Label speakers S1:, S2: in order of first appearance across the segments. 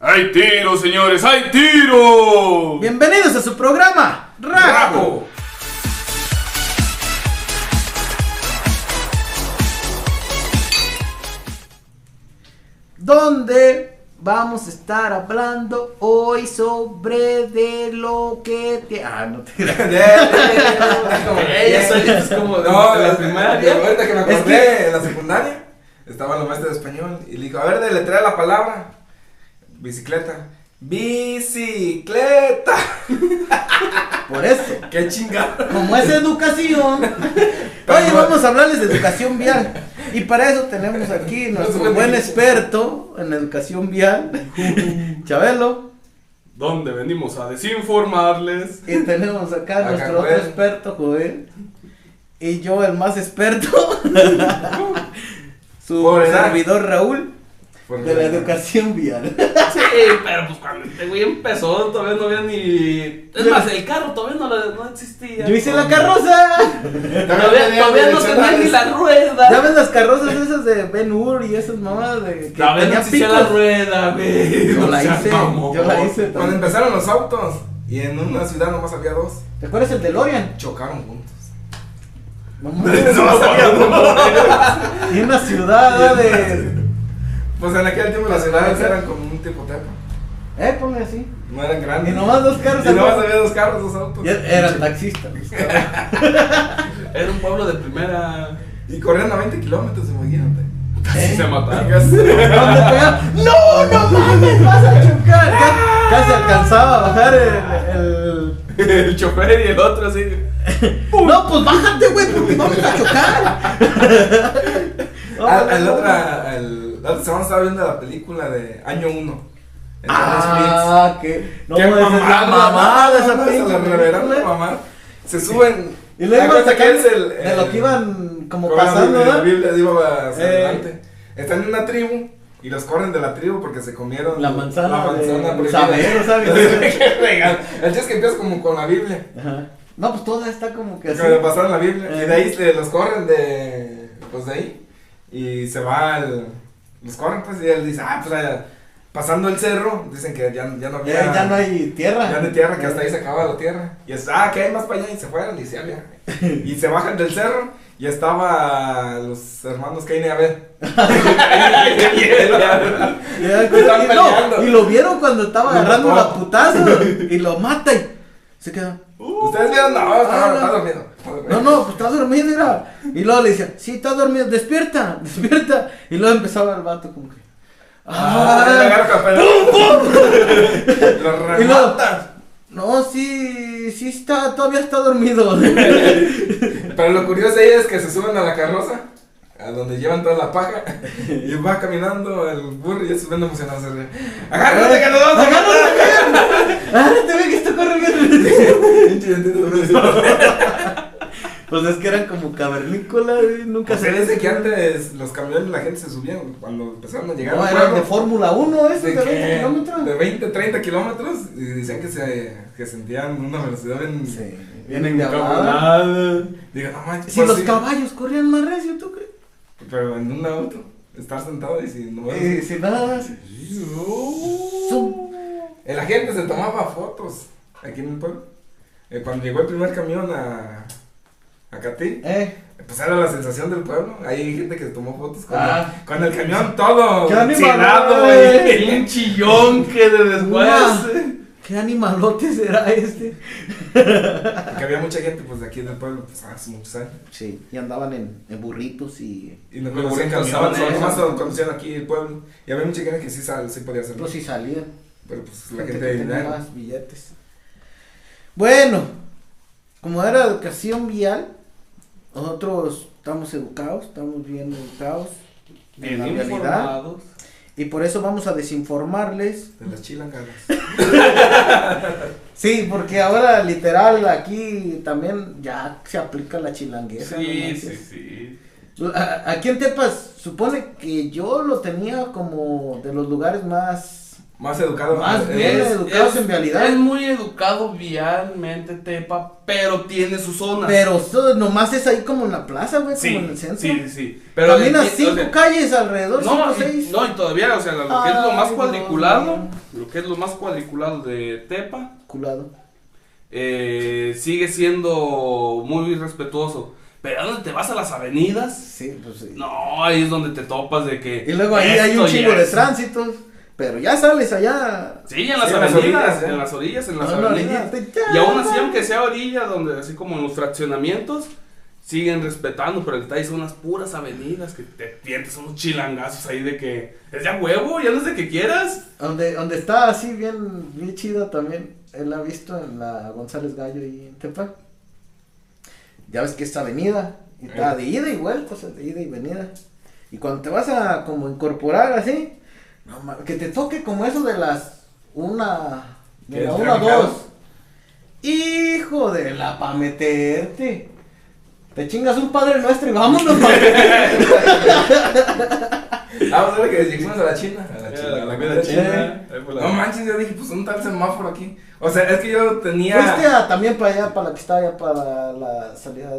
S1: ¡Hay tiro, señores! ¡Hay tiro!
S2: Bienvenidos a su programa, Rajo.
S1: ¡Rajo!
S2: donde vamos a estar hablando hoy sobre de lo que te... Ah, no te...
S3: Como,
S4: Ey,
S3: ya
S4: eso
S3: soy-
S4: ya es como de
S3: No,
S4: la
S3: la
S4: primaria.
S3: Ahorita que me
S2: Es
S3: acordé, en la secundaria, estaba la maestra de español y le dijo, a ver, deletrea la palabra. Bicicleta. Bicicleta.
S2: Por eso.
S3: Qué chingada.
S2: Como es educación. Oye, vamos a hablarles de educación vial. Y para eso tenemos aquí nuestro buen experto en educación vial, Chabelo.
S1: Donde venimos a desinformarles.
S2: Y tenemos acá a
S3: Acá,
S2: nuestro otro
S3: Joel.
S2: experto, Joel. Y yo, el más experto. Su
S3: Por edad.
S2: servidor Raúl de la educación vial.
S4: Sí, pero pues cuando este güey empezó todavía no había ni. Es más, el carro todavía no, la- no existía.
S2: Yo hice la carroza.
S4: Todavía, todavía no tenía ni la rueda.
S2: ¿Ya ves las carrozas esas de Ben Hur y esas mamadas de que
S4: Todavía no
S2: tenía
S4: existía
S2: picos?
S4: la rueda, güey.
S2: Yo
S4: O
S2: la
S4: sea,
S2: hice,
S4: mamón.
S2: yo la hice
S3: Cuando
S2: también.
S3: empezaron los autos y en una ciudad nomás había dos,
S2: ¿Te acuerdas el DeLorean?
S3: chocaron juntos.
S2: No mames. Y una ciudad de.
S3: Pues en aquel tiempo las ciudades eran como un tipo tepa.
S2: Eh, ponle así.
S3: No eran grandes.
S2: Y nomás dos carros.
S3: Y nomás había dos carros, dos autos.
S2: Y er- eran taxistas. los cabrones.
S4: Era un pueblo de primera. ¿Eh?
S3: Y corrían a 20 kilómetros, imagínate.
S1: Casi se
S2: Ah,
S1: mataron.
S2: ¿Dónde pegaba? ¡No! ¡No mames! ¡Vas a chocar! Ca- Casi alcanzaba a bajar el. el-
S4: El chofer y el otro así.
S2: No, pues bájate, güey, porque vamos a chocar.
S4: Ah,
S3: Al,
S2: pues,
S3: al otra, al, la otra semana estaba viendo la película de Año 1.
S2: Ah, que. No,
S3: ¡Qué
S2: mames, es la
S3: mamada!
S2: mamada esa
S3: Se la
S2: pinche
S3: reverenda
S2: película.
S3: mamá. Se suben.
S2: Y luego iban
S3: Acuérdate
S2: sacando
S3: Ah, que es el-
S2: de lo
S3: el-
S2: que iban como
S3: Como pasando,
S2: pasando,
S3: la
S2: ¿verdad?
S3: Biblia iba hacia
S2: Eh.
S3: adelante. Están en una tribu y los corren de la tribu porque se comieron
S2: La manzana
S3: La
S2: de-
S3: manzana prohibida.
S2: saber, ¿sabes?
S3: Qué regalo. El chiste es que empiezas como con la Biblia.
S2: Ajá. No, pues toda está como que
S3: Que
S2: así.
S3: le pasaron la Biblia.
S2: Eh.
S3: Y de ahí se los corren de. Pues de ahí. Y se va al. Los corren, pues. Y él dice, ah, pues allá, pasando el cerro. Dicen que ya, ya no había.
S2: Ya, ya no hay tierra.
S3: Ya de tierra, que hasta ahí se acaba la tierra. Y es, ah, que hay más para allá y se fueron y se había. Y se bajan del cerro y estaba los hermanos Cain y Abel.
S2: Ya,
S3: Están
S2: y no,
S3: peleando.
S2: y lo vieron cuando estaba
S3: Lo
S2: agarrando
S3: mató.
S2: la putazo y lo mata y se queda.
S3: Ustedes vieron, no,
S2: Ah,
S3: estaba,
S2: no.
S3: estaba dormido.
S2: No, no, pues está dormido, mira. Y luego le decía, sí, está dormido, despierta, despierta. Y luego empezaba el vato como que.
S3: Ah, le
S2: "Ah,
S3: agarra capel. Lo
S2: Y luego,
S3: remata.
S2: no, sí, sí está, todavía está dormido.
S3: Pero lo curioso ahí es que se suben a la carroza, a donde llevan toda la paja, y va caminando el burro y ya se ven emocionados. así, Agárrate que nos vamos a matar.
S2: ah, te ve que esto corre bien.
S3: Pinche dientito, güey.
S2: pues es que eran como cavernícolas, y nunca
S3: O sea,
S2: ve
S3: desde que antes los camiones la gente se subían cuando empezaron a llegar.
S2: No,
S3: al
S2: eran
S3: pueblo,
S2: de Fórmula 1 esos de
S3: de, que-
S2: 20 kilómetros.
S3: de 20, 30 kilómetros y decían que se que sentían una velocidad en.
S2: Sí, vienen
S1: Vienen
S2: de abajo.
S1: encabonadas.
S3: Digo, no manches.
S2: Si
S3: Ah, pues
S2: los
S3: sí,
S2: caballos corrían más recio, ¿tú crees?
S3: Pero en un auto, estar sentado y sin moverse.
S2: Eh, sin nada. así. Zum.
S3: El agente se tomaba fotos aquí en el pueblo. Eh, cuando llegó el primer camión a. a Catí,
S2: Eh,
S3: pues era la sensación del pueblo. Ahí hay gente que se tomó fotos con,
S2: Ah.
S3: con el camión todo.
S2: ¡Qué animal,
S3: oxidado,
S2: güey!
S3: güey.
S4: Y un chillón que de
S3: Pues,
S4: después.
S2: eh. Una. ¿Qué animalote será este?
S3: Porque había mucha gente pues de aquí del pueblo, pues hace muchos años.
S2: Sí, y andaban en, en burritos y.
S3: Y no
S4: Muy
S3: conocían
S4: bonitos
S3: canciones,
S4: son, ¿eh?
S3: nomás lo conocían aquí el pueblo. Y había mucha gente que sí, sal- sí podía hacerlo.
S2: Pues sí salían.
S3: Pero pues la gente
S2: gente
S3: de
S2: que tenía
S3: dinero.
S2: más billetes. Bueno, como era educación vial, nosotros estamos educados, estamos bien educados en la
S4: Bien
S2: realidad.
S4: informados.
S2: Y por eso vamos a desinformarles
S3: De las chilangadas.
S2: Sí, porque ahora literal aquí también ya se aplica la chilanguesa. no
S4: Sí, sí,
S2: manches.
S4: sí.
S2: A- Aquí en Tepas supone que yo lo tenía como de los lugares más
S3: Más educado.
S2: Más
S3: eh,
S2: bien educados en vialidad.
S4: Es muy educado vialmente, Tepa, pero tiene sus zonas.
S2: Pero eso nomás es ahí como en la plaza, güey,
S4: sí,
S2: como en el centro.
S4: sí, sí.
S2: Pero
S4: y-
S2: Caminas
S4: y-
S2: cinco
S4: o sea,
S2: calles alrededor,
S4: No,
S2: cinco,
S4: y,
S2: seis.
S4: no, y todavía, o sea, lo que es lo más
S2: Ay,
S4: cuadriculado,
S2: no.
S4: lo que es lo más cuadriculado de Tepa,
S2: Culado.
S4: eh, sigue siendo muy respetuoso. Pero ¿dónde te vas a las avenidas?
S2: Sí, pues sí.
S4: No, ahí es donde te topas de que.
S2: Y luego ahí hay
S4: esto
S2: un
S4: y
S2: chingo de
S4: eso.
S2: tránsitos. Pero ya sales allá.
S4: Sí, en las
S3: Sí, en las
S4: avenidas,
S3: orillas, ¿eh?
S4: en las orillas, en las
S2: a una
S4: avenidas.
S2: orillita, ya.
S4: Y aún así, aunque sea orilla, donde así como en los fraccionamientos, siguen respetando, pero el detalle son las puras avenidas que te tientes unos chilangazos ahí de que es ya huevo, ya no es de que quieras.
S2: Donde, donde está así bien, bien chida también, él la ha visto en la González Gallo y en Tepa. Ya ves que esta avenida, y está de ida y vuelta, o sea, de ida y venida. Y cuando te vas a como incorporar así, no ma- que te toque como eso de las una, de
S3: ¿Qué,
S2: la una,
S3: traficado?
S2: dos. Hijo de la pa' meterte. Te chingas un padre nuestro y vámonos pa'
S3: Vamos a ver Ah, pues, que llegamos a la China. A Eh, la China, a la comida china.
S1: Ahí por la-
S3: No manches, yo dije, pues un tal semáforo aquí. O sea, es que yo
S2: Fuiste
S3: tenía.
S2: a, también para allá, para la que está allá, para la salida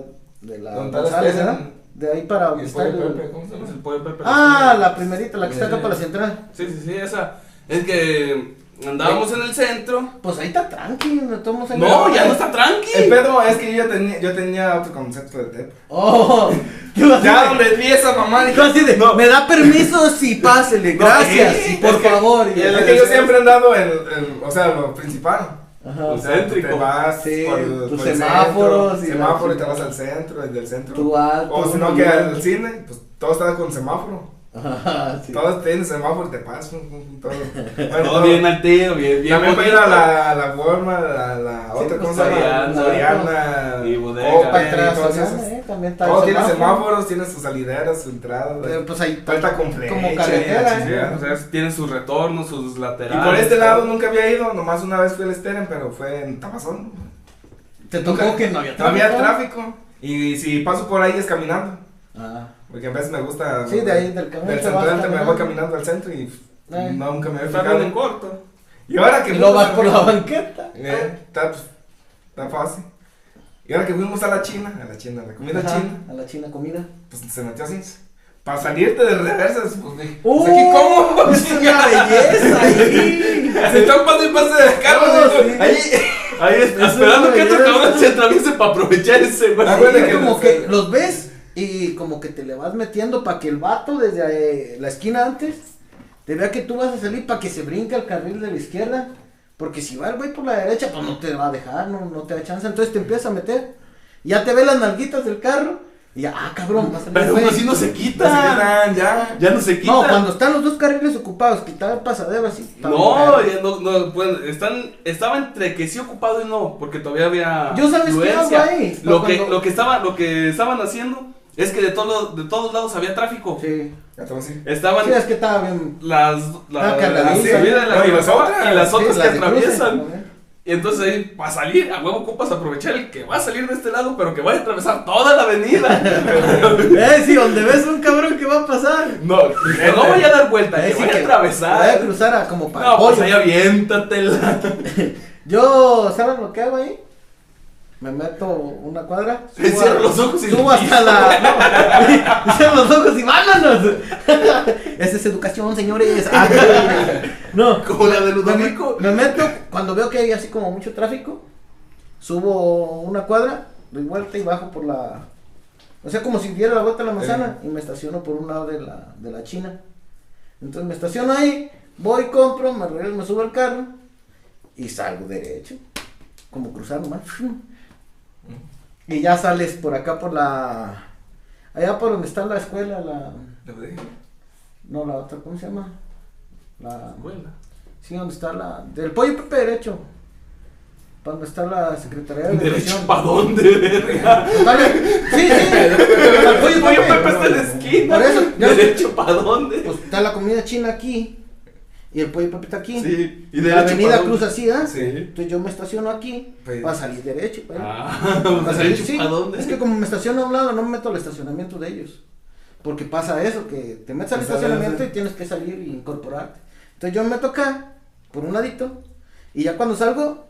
S2: de la
S3: Donde
S2: González,
S3: está la-
S2: ¿verdad? De ahí para donde
S3: el
S2: está
S3: pollo
S2: el-
S3: Pepe, ¿cómo se
S4: Es el
S3: llama?
S4: pollo Pepe.
S2: Ah, la primerita, la que está acá
S3: Eh.
S2: para la central.
S4: Sí, sí, sí, esa. Es que andábamos en el centro.
S2: Pues ahí está tranqui, no tomamos ahí.
S4: No, ya no está tranqui.
S3: El pedo es que yo tenía, yo tenía otro concepto de Tepa.
S2: Oh, tú así
S3: Ya
S2: de,
S3: donde vi esa mamá, dije,
S2: tú así de, me da permiso, sí, pásele,
S3: No,
S2: gracias,
S3: sí,
S2: por
S3: es que-
S2: favor. y-
S3: Es que yo siempre he andado en, en- o sea, lo principal.
S2: Ajá.
S3: O sea, tú te
S1: Céntrico.
S3: vas
S2: Sí,
S3: por,
S2: tus
S3: por el
S2: semáforos
S3: centro,
S2: y la
S3: semáforo y te
S2: chingada.
S3: vas al centro, y del centro.
S2: Tú alto,
S3: o si no
S2: tú
S3: que
S2: alto.
S3: al cine, pues todo está con semáforo.
S2: Ajá, sí.
S3: Todos tienen semáforo y te pasan. Todo, bueno,
S4: Todo bien al tiro, bien, bien.
S3: También para ir
S4: bonito.
S3: a la, a la Walmart, a la
S2: Sí,
S3: otra
S2: pues,
S3: cosa, la
S4: Soriana,
S3: Soriana,
S4: y bodega.
S3: Open
S2: Para
S3: y
S2: atrás,
S3: todas
S2: allá,
S3: esas.
S2: eh, también está el
S3: Todos tienen
S2: semáforo.
S3: semáforos, tienen sus salideras, su entrada.
S2: Pero, pues ahí
S3: Falta con flecha.
S2: como
S3: y la
S2: carretera, ¿eh?
S4: Sí,
S3: chingada.
S4: o sea, tiene sus retornos, sus
S3: Y
S4: laterales.
S3: por este
S4: todo.
S3: lado nunca había ido, nomás una vez fui al Steren, pero fue en Tabasón.
S2: te tocó
S3: Nunca-
S2: que no había
S3: No había tráfico. Y si paso por ahí es caminando.
S2: Ah.
S3: Porque a veces me gusta.
S2: Sí, de ahí, del camión
S3: Del
S2: te vas
S3: central te me voy
S2: caminando.
S3: caminando al centro y
S2: Eh.
S3: nunca me he
S4: Está bien en
S3: fijado.
S4: corto.
S3: Y ahora que.
S2: Y lo
S3: fuimos
S2: vas
S3: a-
S2: por la banqueta.
S3: Eh, Está, pues, está fácil. Y ahora que fuimos a la China, a la China, a la comida
S2: Ajá,
S3: china,
S2: A la china comida.
S3: pues se metió así. Para salirte de reversas, pues dije,
S2: ¡Uh!
S3: pues aquí cómo?
S2: Es una belleza ahí.
S3: Se están pasando y pase de carro.
S2: No,
S3: digo,
S2: sí.
S3: Ahí.
S4: Ahí es-
S2: Eso
S4: esperando
S2: es
S4: que otro
S2: lo
S4: cabrón
S2: que-
S4: se atraviese para aprovechar ese, güey.
S3: Ah, güey. Recuerda que
S2: como
S3: los-
S2: que los ves y como que te le vas metiendo para que el vato desde eh, la esquina antes te vea que tú vas a salir para que se brinque al carril de la izquierda. Porque si va el güey por la derecha, pues no te va a dejar, no, no te da chance. Entonces te empiezas a meter. Ya te ve las nalguitas del carro y ya, ah, cabrón, vas a salir,
S4: Pero
S2: güey.
S4: uno sí no se
S3: Pues,
S4: quita.
S3: gritan, ya.
S4: Ya no se quita.
S2: No, cuando están los dos carriles ocupados, quitar el pasadero así. pa'
S4: No, eh.
S2: mover.
S4: ya no, no, bueno, están, estaba entre que sí ocupado y no, porque todavía había.
S2: Yo, ¿sabes qué
S4: afluencia.
S2: hago ahí?
S4: Lo
S2: Pa'
S4: que,
S2: cuando-
S4: lo que estaba, lo que estaban haciendo es que de todos, de todos lados había tráfico.
S2: Sí.
S3: Ya estamos así.
S4: Estaban
S2: Sí, es que estaba bien.
S4: las, la,
S2: Ah, que la
S4: la
S2: dice.
S4: subida de la
S3: No, y las
S4: Quiroga
S3: otras,
S4: y las
S2: sí,
S4: otras
S2: las
S4: que
S2: de cruces,
S4: atraviesan.
S2: ¿no?
S4: Y entonces ahí, para salir, a huevo ocupas aprovechar el que va a salir de este lado, pero que va a atravesar toda la avenida.
S2: Eh, sí, donde ves un cabrón que va a pasar.
S4: no, que no voy a dar vuelta,
S2: Eh,
S4: que
S2: sí,
S4: voy a
S2: que voy a
S4: atravesar.
S2: cruzar a como para
S4: No, pues
S2: pollo.
S4: ahí aviéntatela.
S2: Yo, ¿sabes lo que hago ahí? Me meto una cuadra.
S4: Le
S2: subo a-
S4: cierro los ojos y
S2: Subo
S4: le
S2: hasta la. no, cierro los ojos y vámonos. Esa es educación, señores. Ah, no.
S4: Como la de
S2: Me, me-
S4: Ludovico.
S2: me meto cuando veo que hay así como mucho tráfico. Subo una cuadra, doy vuelta y bajo por la. O sea, como si diera la vuelta a la manzana y me estaciono por un lado de la, de la China. Entonces me estaciono ahí, voy, compro, me regreso, me subo al carro y salgo derecho. Como cruzar nomás. Y ya sales por acá por la. Allá por donde está la escuela, la.
S3: Lo dije.
S2: No, la otra, ¿cómo se llama? La.
S4: Abuela.
S2: Sí, donde está la. Del pollo Pepe Derecho. Pa' Donde está la Secretaría de
S4: ¿Derecho
S2: Educación.
S4: para dónde, verga?
S2: Dale. Sí, sí. Al
S4: Oye,
S2: pollo
S4: Pollo
S2: Pepe.
S4: Pepe está en la esquina.
S2: Por eso, ya-
S4: ¿Derecho para dónde?
S2: Pues está la comida china aquí. Y el pollo Pepe está aquí.
S4: Sí, y
S2: Y
S4: derecho
S2: la avenida
S4: pa' dónde.
S2: Cruz así, ¿ah?
S3: Sí.
S2: Entonces yo me estaciono aquí
S3: Sí.
S2: para salir derecho. pues.
S4: Ah,
S2: Para salir,
S4: ¿derecho
S2: sí.
S4: para dónde?
S2: Es que como me estaciono a un lado, no me meto al estacionamiento de ellos. Porque pasa eso, que te metes al
S3: Pues, a ver,
S2: estacionamiento
S3: sí.
S2: y tienes que salir e incorporarte. Entonces yo me meto acá por un ladito. Y ya cuando salgo,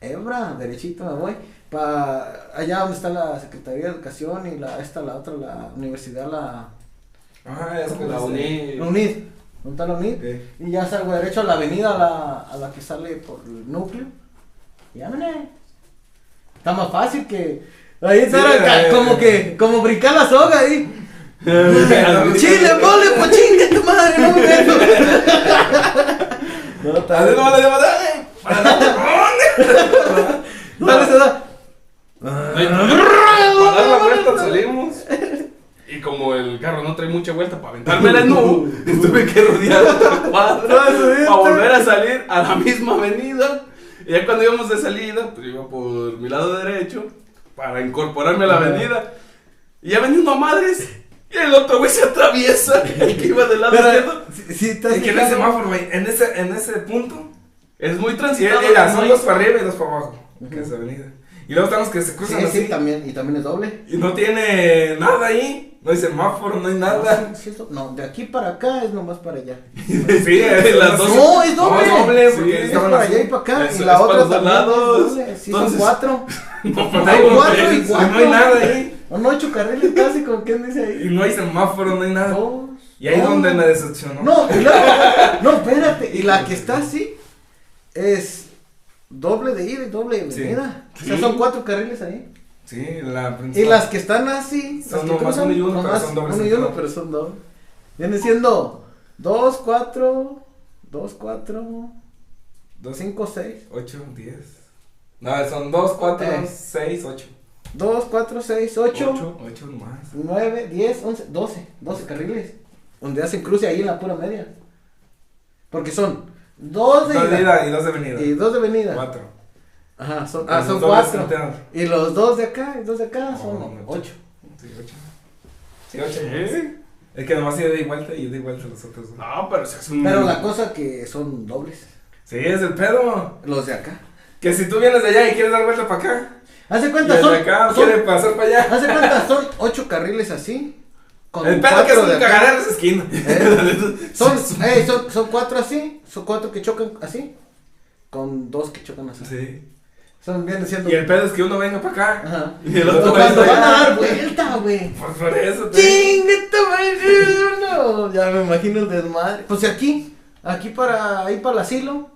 S2: hebra, derechito me voy. Para allá donde está la Secretaría de Educación y la, esta, la otra, la universidad, la.
S3: Ajá, ya
S4: La uní.
S2: La UNID. ¿Dónde está la UNID?
S3: Ok.
S2: Y ya salgo derecho a la avenida, a la, a la que sale por el núcleo. Llámene. Está más fácil que. Ahí está
S3: Sí,
S2: acá,
S3: eh,
S2: como
S3: eh.
S2: que, como brincar la soga ahí. Chile, mole, pues chinga tu madre, no me No,
S3: A ver, Ah, no vale de madre.
S2: Dale, se da.
S4: Para dar la vuelta salimos. Y como el carro no trae mucha vuelta para aventármela, no. Tuve que rodear otra cuadra para volver a salir a la misma avenida. Y ya cuando íbamos de salida, pues iba por mi lado derecho para incorporarme a la avenida. Y ya veniendo a madres. Y el otro güey se atraviesa, el que iba del lado izquierdo.
S2: Pero, si, si estás
S3: Es que en ese
S2: fijando-
S3: semáforo, güey, en ese, en ese punto.
S4: Es muy
S3: Sí,
S4: transitado.
S3: mira,
S4: muy-
S3: son dos para arriba y dos para abajo. Que es avenida. Y luego están los que se cruzan
S2: Sí,
S3: así.
S2: sí, también, y también es doble.
S3: Y no tiene nada ahí. No hay semáforo, no hay nada.
S2: Sí, es do- No, de aquí para acá es nomás para allá.
S4: Sí, es las dos.
S2: No, es doble.
S4: No, es doble, porque
S3: Sí,
S2: Es
S3: estaban
S2: para
S3: así.
S2: allá y para acá.
S4: Es-
S2: y la
S4: es para
S2: otra
S4: los dos
S2: también.
S4: lados.
S2: es doble, Sí, son
S4: Entonces-
S2: cuatro.
S4: No,
S3: No
S4: pero
S3: hay
S4: no,
S2: cuatro
S4: güey.
S2: y cuatro.
S3: No hay nada ahí.
S2: Son ocho carriles casi, como quien dice
S3: Y
S2: ahí.
S3: no hay semáforo, no hay nada.
S2: Dos.
S3: Y ahí es
S2: No.
S3: donde me decepcionó.
S2: No, y luego- no, espérate. Y la que está así es doble de ida y doble de
S3: Sí.
S2: venida. O sea,
S4: Sí.
S2: son cuatro carriles ahí.
S3: Sí, la
S2: Y
S3: principal.
S2: las que están así, las
S3: Son
S2: que
S3: nomás
S2: cruzan,
S3: uno y uno, pero
S2: nomás
S3: son
S2: uno
S3: dobles
S2: y
S3: sentido.
S2: uno, pero son doble. Viene siendo dos, cuatro, dos, cuatro,
S3: Dos,
S2: cinco, seis.
S3: ocho, diez. No, son dos, cuatro,
S2: Eh.
S3: seis, ocho.
S2: 2, 4, 6, 8,
S3: Ocho, ocho más.
S2: 9, 10, 11, 12, 12 carriles. Donde hacen cruce ahí en la pura media. Porque son 2 de
S3: Dos
S2: ida
S3: de ida y dos de venida.
S2: y 2 de venida.
S3: Cuatro. Pues
S2: Ajá, son, ah,
S3: Los
S2: son
S3: dobles
S2: 4.
S3: enteros.
S2: Y los 2 de acá y 2 de acá
S3: No, no,
S2: son
S3: no,
S2: 8.
S3: Sí, Ah, ocho. Sí, ocho más.
S4: ¿Eh?
S3: Es que nomás ida y vuelta y ida y vuelta los otros. dos.
S4: No, pero se hace un.
S2: Pero la cosa que son dobles.
S3: Sí, es el pedo.
S2: Los de acá.
S3: Que si tú vienes de allá y quieres dar vuelta para acá.
S2: ¿Hace
S3: Y el
S2: cuántas son?
S3: de acá
S2: son-
S3: quiere pasar para allá.
S2: ¿Hace cuántas son 8 carriles así? Con
S3: El pedo que es
S2: cuatro
S3: un
S2: de acá.
S3: cagadero en esa esquina.
S2: Eh, Son, eh, son, son cuatro así, son cuatro que chocan así, con dos que chocan así.
S3: Sí.
S2: Son bien diciendo.
S3: Y el pedo es que uno venga para acá.
S2: Ajá.
S4: Y el
S2: Pero
S4: otro
S2: cuando
S4: güey
S2: van a
S4: está
S2: dar vuelta, güey.
S3: Por, por eso te-
S2: ¡Chinga tu madre, no! Ya me imagino el desmadre. Pues aquí, aquí para, ahí para el asilo.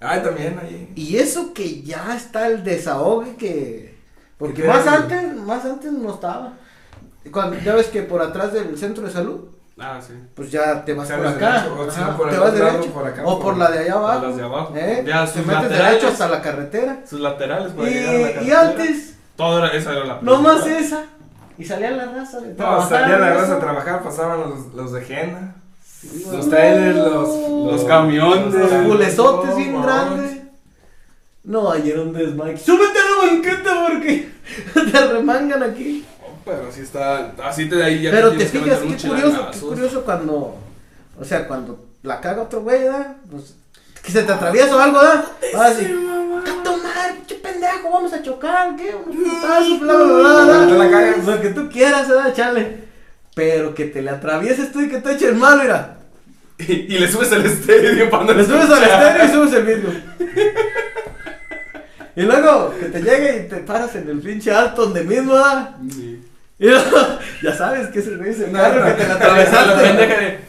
S3: Ay, también ahí.
S2: Y eso que ya está el desahogue que. Porque
S3: Que te-
S2: más antes, más antes no estaba. Cuando, ya ves que por atrás del centro de salud,
S4: Ah, sí.
S2: pues ya te vas
S3: Te
S2: por
S3: vas
S2: acá.
S3: derecho, o si
S2: ajá,
S3: no, por
S2: te
S3: el
S2: vas
S3: otro lado,
S2: derecho.
S3: por acá,
S2: o
S3: por-
S2: por la de allá abajo.
S4: las de abajo.
S2: ¿eh?
S4: Ya
S2: te
S4: sus
S2: metes
S4: laterales.
S2: derecho hasta la carretera.
S4: Sus laterales
S2: Y,
S4: para llegar a la
S2: y
S4: carretera.
S2: antes,
S4: Todo era, esa era la
S2: nomás
S4: principal.
S2: esa. Y salía la raza de
S3: No,
S2: trabajar,
S3: salía la
S2: eso.
S3: raza a trabajar, pasaban los, los de Jena.
S2: no.
S3: Los trailers, los,
S4: Los camiones.
S2: Los
S4: Ay,
S2: culezotes
S3: no,
S2: bien
S3: mames.
S2: grandes. No, ayer un desmike. ¡Súbete a la banqueta porque te remangan aquí!
S4: Oh, pero sí está. Así te de ahí ya
S2: Pero te
S4: tienes que
S2: fijas,
S4: meter un
S2: qué curioso, qué
S4: chilangazos.
S2: curioso cuando. O sea, cuando la caga otro güey, ¿verdad? Pues, que se te atraviesa o algo, ¿verdad? Ah, sí. ¡Qué tomar! ¡Qué pendejo! ¡Vamos a chocar! ¿Qué? ¡Unos putazos! ¡Bla, bla, bla! bla.
S3: Te la cagas.
S2: Lo que tú quieras, ¿verdad? Chale. Pero que te le atravieses tú y que te echen mal, mira.
S4: Y, y le subes al estéreo para no
S2: Le subes al
S4: escuchar.
S2: estéreo y subes el vidrio. Y luego que te llegue y te paras en el pinche alto donde mismo, ¿verdad?
S4: Sí.
S2: Y luego, ya sabes que ese güey es el
S3: No,
S2: carro
S3: no.
S2: que te la
S4: La
S2: atravesaste.
S4: pendeja de-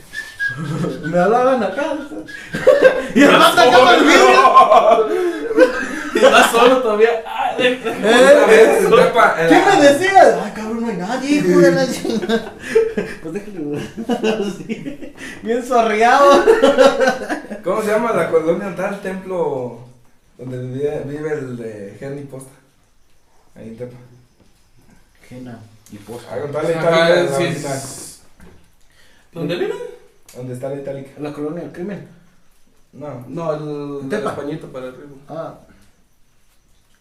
S2: Me hablaban acá. o sea. Y el vato acá por el vidrio.
S4: "Oh, Y vas solo todavía. Ah, de-
S3: Otra
S2: ¿Eh?
S3: vez, en Tepa, en
S2: ¿Qué
S3: la-
S2: me decías? Ay, cabrón, no hay nadie, hijo de la chingada. Pues déjalo. Así. Bien sorreado.
S3: ¿Cómo se llama la colonia tal templo donde vivía- vive, el de Henry Posta? Ahí en Tepa. Y Posta. Ahí está la
S4: Acá
S3: itálica.
S4: sí
S3: la
S4: es-
S3: bonita.
S4: ¿Dónde viven?
S3: ¿Dónde está la itálica?
S2: La colonia del crimen.
S3: No.
S4: No, el,
S2: Tepa.
S4: pañito para arriba.
S2: Ah.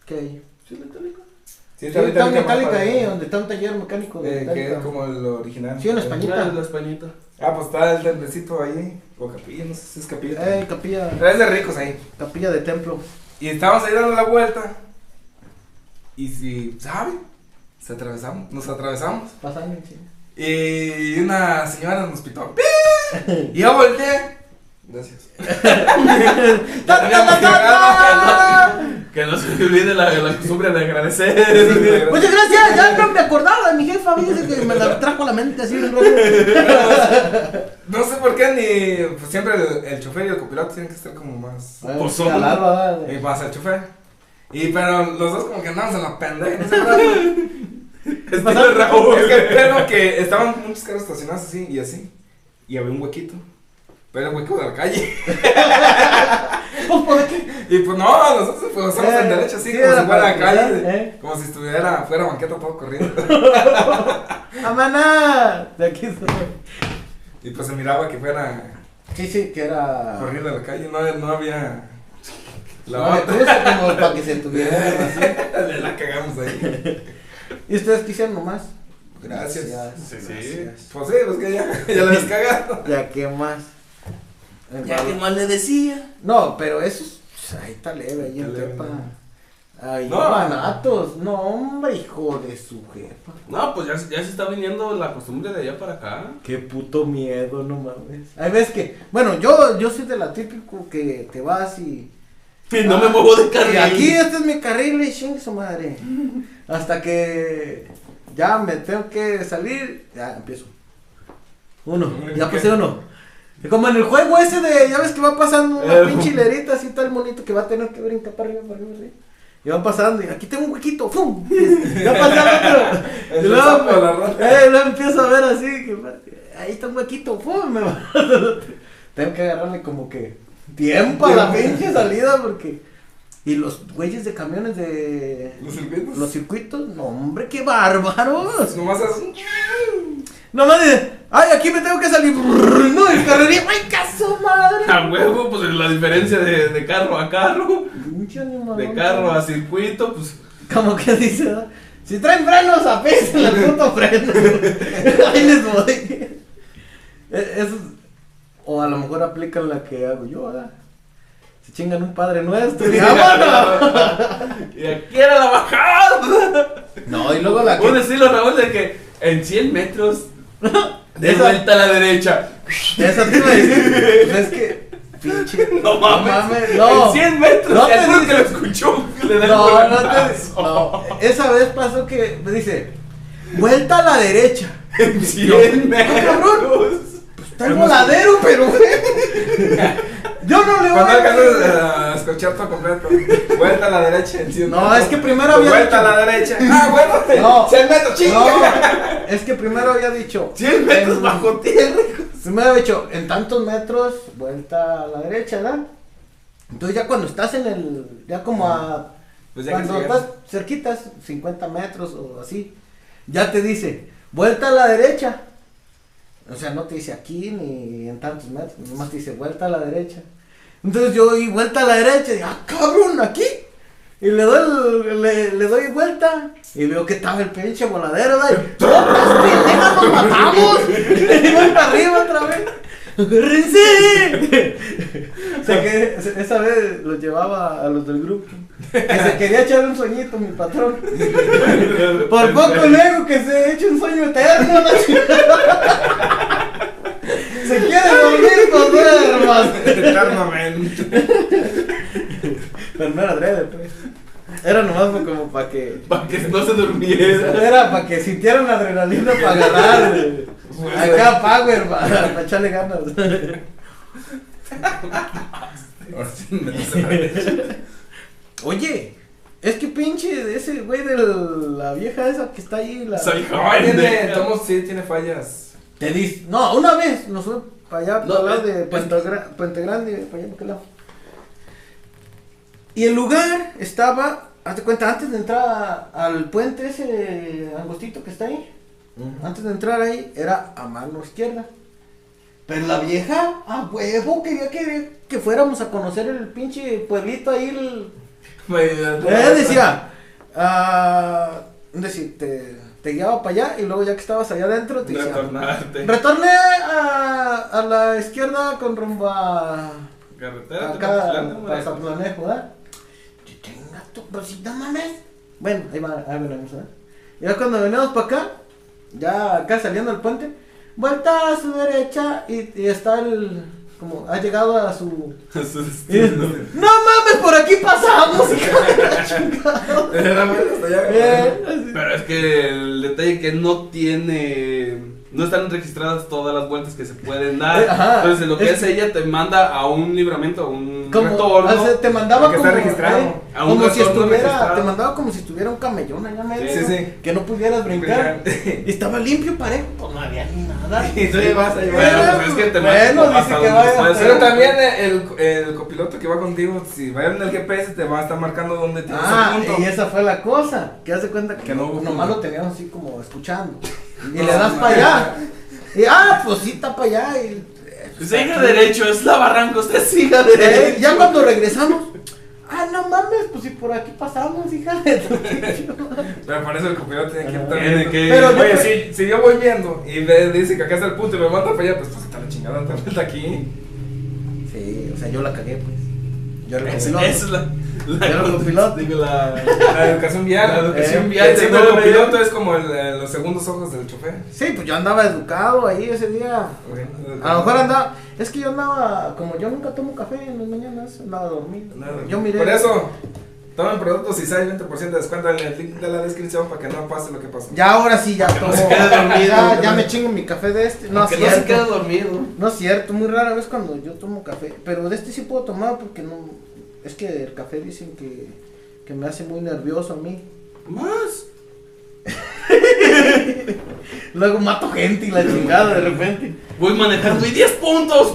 S2: ¿Qué hay?
S4: Sí, la itálica.
S3: Sí,
S2: Sí, está un
S3: más
S2: metálica
S3: padre.
S2: ahí, donde está un taller mecánico de
S3: Eh, que es
S2: metálica.
S3: como el original.
S2: Sí, en español.
S4: Mira, la españita.
S3: Ah, pues está el templecito ahí. O capilla, no sé si es capilla.
S2: Eh, capilla,
S3: Pero es de ricos ahí.
S2: capilla de templo.
S3: Y estábamos ahí dando la vuelta. Y si, ¿saben? Se atravesamos, nos atravesamos.
S2: Pasan, sí.
S3: Y una señora nos pitó. ¡Pi! Y yo volteé. Gracias.
S2: ¡Ta, ta, ta, ta, ta!
S4: Que no se olvide la, la costumbre de
S3: Sí, güey.
S4: agradecer.
S2: Muchas gracias, ya no me acordaba de mi jefa, fíjese que me la trajo a la mente así bien rápido.
S3: No sé por qué ni. Pues siempre el, el chofer y el copiloto tienen que estar como más.
S4: Pues son-
S2: Calaba,
S3: Y
S2: güey.
S3: pasa el chofer. Y pero los dos como que andamos en la pendeja. No sé por qué.
S4: Estilo Raúl.
S3: Es que el pedo que estaban muchos carros estacionados así y así. Y había un huequito. Pero el hueco de la calle.
S2: Pues por aquí.
S3: Y pues no, nosotros pues estamos en derecho así,
S2: Eh, Sí, era
S3: como si fuera
S2: para-
S3: la calle.
S2: ¿eh?
S3: Como si estuviera fuera banqueta todo corriendo.
S2: ¡Amaná! De aquí soy.
S3: y pues se miraba que fuera
S2: Sí, sí, que era.
S3: corriendo la calle. No, no había.
S2: La
S3: La bata.
S2: pues, como para que se tuvieran así.
S3: Le la cagamos ahí.
S2: ¿Y ustedes quisieron nomás?
S3: Gracias.
S4: Sí, sí.
S3: Gracias. Pues sí, pues que ya, ya la habías cagado.
S2: Ya que más. El Raúl-
S4: más le decía.
S2: No, pero eso es. pues, Ahí está leve, ahí en
S3: Está leve,
S2: Tepa. Ahí,
S3: No.
S2: no. Manatos. No, hombre, hijo de su jefa.
S4: No, pues ya, ya se está viniendo la costumbre de allá para acá.
S2: Qué puto miedo, no mames. Hay veces que. Bueno, yo, yo soy de la típico que te vas y.
S4: Ah, Y no me muevo de carril.
S2: Ah, Y aquí este es mi carril y chingue su madre. Hasta que ya me tengo que salir, ya empiezo. Uno, ya pasé uno. Y Como en el juego ese de, ya ves que va pasando una
S4: Eh,
S2: pinche hilerita así tal monito que va a tener que brincar para arriba, para arriba, así. Y va pasando, y aquí tengo un huequito, ¡pum! Ya pasé al otro.
S3: El
S2: Y luego,
S3: sapo de la rosa.
S2: eh, luego empiezo a ver así, que, ahí está un huequito, ¡pum! Me va. Tengo que agarrarle como que tiempo a la pinche salida porque... Y los güeyes de camiones de...
S3: Los silbidos.
S2: Los circuitos, no hombre, qué bárbaros.
S3: Nomás haces un.
S2: No mames, ay, aquí me tengo que salir. Brrr, No, el carrería, ay, caso madre.
S4: A huevo, pues la diferencia de, de carro a carro,
S2: Pinche animalón.
S4: de carro a circuito, pues.
S2: Como que dice, ¿no? si traen frenos, apesen el puto freno. Ahí les voy. E- eso es- o a lo mejor aplican la que hago yo, ¿verdad? Se chingan un padre nuestro y vámonos.
S4: Y aquí era la bajada.
S2: No, y luego la
S4: Un
S2: que.
S4: estilo Raúl de que en 100 metros, de
S2: Esa-
S4: vuelta a la derecha.
S2: Esa te iba a decir. pues es que. Pinche.
S4: No mames.
S2: no.
S4: En 100 metros,
S2: No
S4: te
S2: te
S4: aseguro que lo
S2: dices-
S4: escuchó. Le da el
S2: No, no te.
S4: volantazo.
S2: No. Esa vez pasó que me dice: Vuelta a la derecha. Ah, Pues
S4: En 100 metros.
S2: Está el voladero, pero. Yo no le voy
S3: Cuando alcanzas
S2: a.
S3: a escuchar todo completo, vuelta a la derecha. enciende.
S2: No, es que primero había
S3: Pues Vuelta
S2: dicho-
S3: a la derecha. Ah, bueno,
S2: No.
S3: se meto, chinga.
S2: No, es que primero había dicho.
S4: 100 metros
S2: en-
S4: bajo tierra.
S2: Primero había dicho, en tantos metros, vuelta a la derecha, ¿verdad? Entonces ya cuando estás en el. Ya como a.
S3: Pues ya que
S2: cuando
S3: llegas.
S2: estás cerquitas, 50 metros o así, ya te dice, vuelta a la derecha. O sea, no te dice aquí ni en tantos metros, nomás te dice vuelta a la derecha. Entonces yo di vuelta a la derecha y dije, ah, cabrón, aquí. Y le doy, el- le, le doy vuelta y veo que estaba el pinche voladero. ¿verdad? Y, ¡Totas pendejas nos matamos! Y voy para arriba otra vez. ¡Agárrense! O sea que ese- esa vez los llevaba a los del grupo. Que se quería echar un sueñito, mi patrón. Por poco luego que se eche un sueño eterno. la chingada. se quiere dormir con duermas.
S3: Eternamente.
S2: Pero no era adrede, pues. Era nomás fue como para que.
S4: Para que no se durmiera.
S2: Era para que sintieran adrenalina para ganar. güey. Acá power, para echarle ganas.
S3: Ahora sí, meto a la derecha.
S2: Oye, es que pinche ese güey de la vieja esa que está ahí. La...
S4: Soy
S3: No,
S4: joven.
S3: tiene,
S4: de-
S3: Tomos sí tiene fallas.
S2: Te dice. No, una vez nos fue para allá,
S4: No,
S2: para hablar
S4: es-
S2: de
S4: es-
S2: Puente, Gra- Puente Grande, para allá, para aquel lado. Y el lugar estaba, hazte cuenta, antes de entrar a- al puente ese angostito que está ahí, antes de entrar ahí, era a mano izquierda. Pero la vieja, a huevo, quería que, que fuéramos a conocer el pinche pueblito ahí, el
S4: Eh,
S2: él decía, ah, es decir, te, te guiaba para allá y luego ya que estabas allá adentro te decía,
S4: Retornarte.
S3: Este.
S2: retorné a, a la izquierda con rumbo a
S4: Carretera.
S2: acá,
S4: Tenochtitlán,
S2: a
S4: Morelos.
S2: Zaplanejo, ¿verdad? Yo tenga tu- pero si no mames. Bueno, ahí, va, ahí venimos, ¿verdad? Y ya cuando venimos para acá, ya acá saliendo del puente, vuelta a su derecha y, y está el, Como ha llegado a su.
S4: Eso es-
S2: y- no mames, por aquí pasamos. hija de la chingada".
S3: Era bueno hasta allá.
S2: Eh, así.
S4: Pero es que el detalle que no tiene. No están registradas todas las vueltas que se pueden dar.
S2: Eh, ajá.
S4: Entonces, lo que
S2: Es-
S4: hace ella te manda a un libramiento, a un
S2: Como,
S4: retorno.
S2: hace- te mandaba
S3: que
S2: como,
S3: está registrado.
S2: eh,
S4: A un
S2: como si
S4: retorno
S2: estuviera,
S4: registrado.
S2: te mandaba como si estuviera un camellón allá medio,
S3: Sí,
S2: ¿no?
S3: sí.
S2: que no pudieras brincar.
S3: Brincar.
S2: Y estaba limpio, parejo, pues no había ni nada.
S3: Y tú ibas a
S4: Bueno,
S3: llevar.
S2: Pero-
S4: pues es que te
S2: Bueno,
S4: manda
S2: dice
S4: hasta
S2: que
S4: donde
S2: vaya,
S4: puedes.
S3: Pero también el, el copiloto que va contigo, si va en el GPS, te va a estar marcando dónde tienes
S2: Ah,
S3: el punto.
S2: y esa fue la cosa. Que hace cuenta que,
S3: Que no
S2: no,
S3: hubo
S2: nomás
S3: como-
S2: lo teníamos así como escuchando. Y
S3: No,
S2: le das
S3: no.
S2: para allá. Y ah, pues sí, está para allá. Y, eh,
S4: Siga Pues derecho, es la barranca, usted siga
S2: eh,
S4: derecho.
S2: ya cuando regresamos. Ah, no mames, pues si por aquí pasamos, hija de tu pinche madre.
S3: Pero para eso el copiloto tiene que
S2: Ajá.
S3: estar.
S4: Tiene
S3: viendo.
S4: que-
S2: Pero yo
S3: Oye,
S2: creo-
S3: si, si yo voy viendo y me dice que acá está el punto y me manda para allá, pues pues está la chingada, está vuelta aquí.
S2: Sí, o sea, yo la cagué, pues. Yo era el
S4: Esa
S2: copiloto.
S4: es la. la
S2: Era el copiloto.
S4: Digo, la.
S3: La educación vial.
S4: La educación
S3: Eh,
S4: vial,
S3: Siendo
S4: de
S3: el
S4: nuevo,
S3: copiloto es como el, eh, los segundos ojos del chofer.
S2: Sí, pues yo andaba educado ahí ese día. A lo mejor andaba. Es que yo andaba. Como yo nunca tomo café en las mañanas, andaba dormido.
S3: Nada.
S2: Yo miré.
S3: Por eso, tomen productos y sale 20% de descuento en el link de la descripción para que no pase lo que pasó.
S2: Ya ahora sí, ya tomo.
S4: se quede dormido.
S2: Ya, ya me chingo mi café de este. No, es
S4: que no se
S2: cierto.
S4: queda dormido.
S2: No es cierto, muy rara vez cuando yo tomo café. Pero de este sí puedo tomar porque no. Es que el café dicen que, que me hace muy nervioso a mí.
S4: Más.
S2: Luego mato gente y la chingada de repente.
S4: Voy manejando y 10 puntos.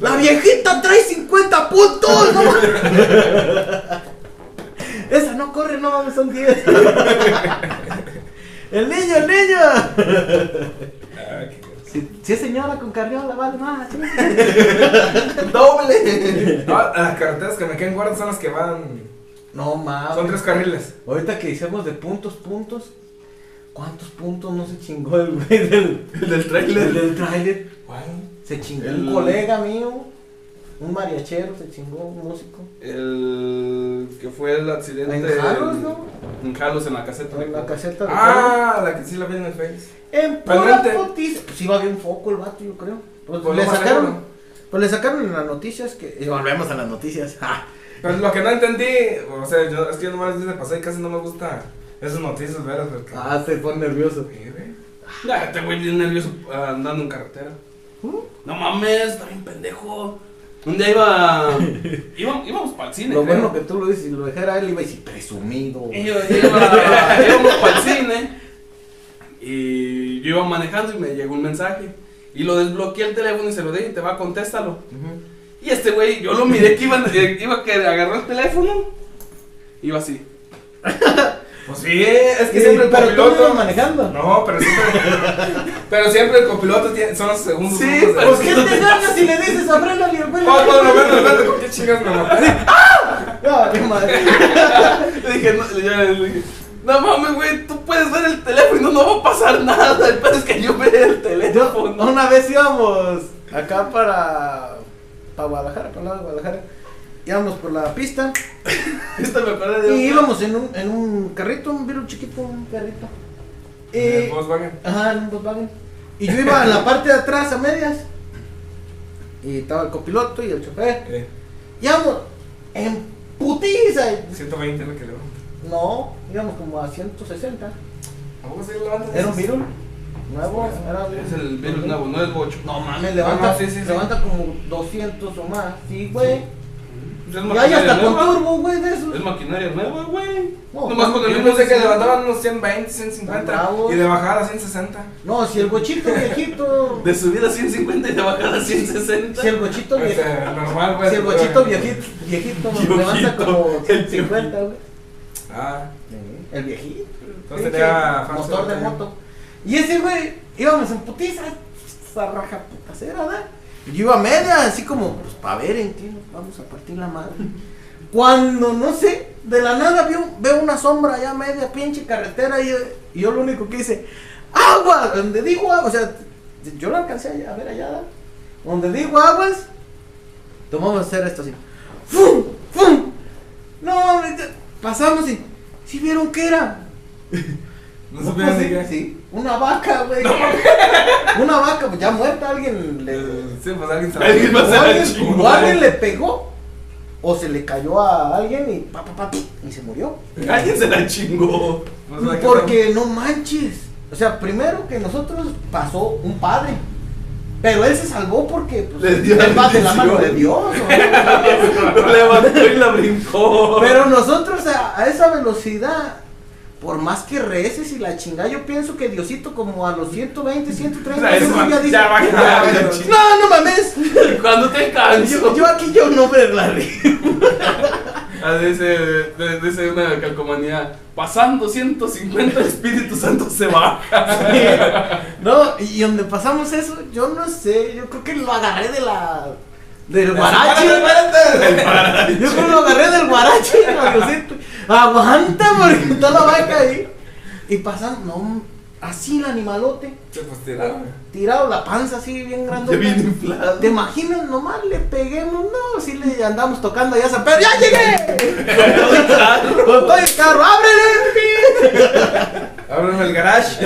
S2: ¡La viejita trae 50 puntos! no mames! Esa no corre, no vamos, son 10. ¡El niño, el niño!
S3: Ah, qué cosa.
S2: Si, si es señora con carriola, vale más. ¿sí?
S4: Doble.
S3: No, Ah, las carreteras que me quedan guardas son las que van.
S2: No mames.
S3: Son tres carriles.
S2: Ahorita que hicimos de puntos, puntos, ¿cuántos puntos no se chingó el güey del,
S4: El del
S2: del,
S4: trailer.
S2: del tráiler? Se chingó un
S4: El-
S2: colega mío, un mariachero, se chingó un músico.
S4: El. que fue el accidente.
S2: En Jalos, ¿no?
S4: En Jalos, en la caseta. de
S2: En la
S4: Jalos.
S2: caseta de
S3: Ah, la que sí la vi en el Face.
S2: Jalos. En pura
S3: Realmente.
S2: putiza. Pues iba bien foco el vato, yo creo. Pues,
S3: Pues
S2: le
S3: lo más
S2: sacaron.
S3: seguro.
S2: Pues le sacaron en las noticias que. Y volvemos a las noticias. Ah, ¡ja!
S3: Pero lo que no entendí, o sea, yo, es que yo nomás de pasé y casi no me gusta esas noticias, veras, porque.
S2: Ah, se pone nervioso.
S3: Sí, güey.
S4: Ya, te voy bien nervioso ah, andando en carretera.
S2: ¿Hm?
S4: No mames, está bien pendejo. Un día iba. iba- íbamos para el cine.
S2: Lo
S4: creo.
S2: bueno que tú lo dices, si lo dijera él, iba a decir presumido.
S4: Y yo iba- íbamos para el cine y yo iba manejando y me llegó un mensaje. Y lo desbloqueé el teléfono y se lo dije, te va, contéstalo.
S2: Ujú.
S4: Y este güey, yo lo miré que iba, eh, iba que agarró el teléfono. Iba así.
S3: Pues sí, es que
S2: Y-
S3: siempre el
S2: pero tú no
S3: copiloto.
S2: ibas manejando.
S3: No, pero siempre. pero siempre el copiloto tiene, son los segundos.
S4: Sí,
S3: ojos de-
S4: pero-
S2: ¿Qué te ganas si le dices a Brenda y el
S3: Oh, no, no, no, no, no, ¿con qué chingas me maté?
S2: No, qué madre.
S4: Le dije, no, le- ya, le dije, "No mames, güey, tú puedes ver el teléfono y no, no va a pasar nada. El pedo es que yo vea el
S2: Yo,
S4: teléfono.
S2: una vez íbamos acá para, para Guadalajara, para el lado de Guadalajara. Íbamos por la pista
S4: Esto me acuerda de
S2: y íbamos en un, en un carrito, un virus chiquito, un carrito.
S3: El
S2: Y,
S3: Eh, Volkswagen.
S2: ajá, en un Volkswagen. Y yo iba en la parte de atrás a medias. Y estaba el copiloto y el chofer.
S3: Eh,
S2: Íbamos en putiza.
S3: 120 es lo que le
S2: No, íbamos como a 160.
S3: Ah, Vamos a ir levantando.
S2: Era un virus nuevo. Era
S4: Es el virus nuevo, no es bocho. No
S2: Me
S4: mames,
S2: levanta,
S3: Ah, sí, sí, sí.
S2: levanta como 200 o más. Sí, güey.
S4: Es
S2: Y ahí hasta con
S4: nueva.
S2: turbo, güey, de esos.
S4: Es maquinaria nueva, güey.
S2: No,
S4: Nomás con el
S3: Yo
S4: mismo
S3: pensé que
S4: diseño.
S3: levantaban unos 120, 150
S2: Bravos.
S3: y de bajada 160.
S2: No, si el gochito viejito.
S4: De subida 150 y de bajada 160.
S2: Si el gochito
S3: O
S2: viejito.
S3: sea, Este, normal, pues. güey.
S2: Si el gochito viejito, viejito levanta como 150, güey.
S3: Ah,
S2: El viejito.
S3: Entonces tenía
S2: Pinche motor de moto. Y ese güey, íbamos en putiza. Esa raja putasera, ¿verdad? Y Yo iba a media, así como, pues pa' ver en qué nos vamos a partir la madre. Cuando, no sé, de la nada veo, veo una sombra allá a media pinche carretera y, yo- y yo lo único que hice, agua, donde digo agua, o sea, yo lo alcancé a, a ver allá, ¿verdad? donde digo aguas, tomamos hacer esto así, ¡fum! ¡fum! No, hombre, ya- pasamos y, si vieron qué era?
S3: No supieron
S2: pues,
S3: ni
S2: sí,
S3: qué.
S2: sí. Una vaca, güey. Una vaca, pues ya muerta, alguien le.
S3: Sí, pues alguien se
S4: Alguien
S3: la
S4: más.
S2: O
S4: se la
S2: alguien,
S4: chingó,
S2: o alguien
S4: güey.
S2: le pegó. O se le cayó a alguien y pa, pa, pa, y se murió.
S4: Alguien se la chingó.
S3: Pues, ¿a qué
S2: Porque no manches. O sea, primero que nosotros pasó un padre. Pero él se salvó porque pues,
S4: Les dio la
S2: él va de la mano de Dios.
S4: bendición.
S2: ¿no?
S4: Levantó y la brincó.
S2: Pero nosotros a, a esa velocidad, por más que reces y la chingada, yo pienso que Diosito como a los 120, 130
S4: Ya,
S2: veces ya dice,
S4: ya va a quedar la chingada.
S2: no, no mames.
S4: Cuando te canso.
S2: Yo, yo aquí yo no me la río.
S4: Ah, Dice, de- dice una calcomanía, pasando 150 el Espíritu Santo se baja.
S2: No, y y donde pasamos eso, yo no sé, yo creo que lo agarré de la del guarache.
S3: ¡Párate, párate!
S2: Yo creo que lo agarré del guarache, a Diosito. Aguanta porque está la vaca ahí. Y pasan, no, así el animalote.
S3: Se pues tiraron.
S2: tirado la panza así bien grande.
S4: Ya bien inflado.
S2: ¿Te imaginas? Nomás le peguemos, no, si le andamos tocando allá a San Pedro. ¡Ya llegué! Con todo el carro, ¡ábrele!
S3: Ábreme el garage.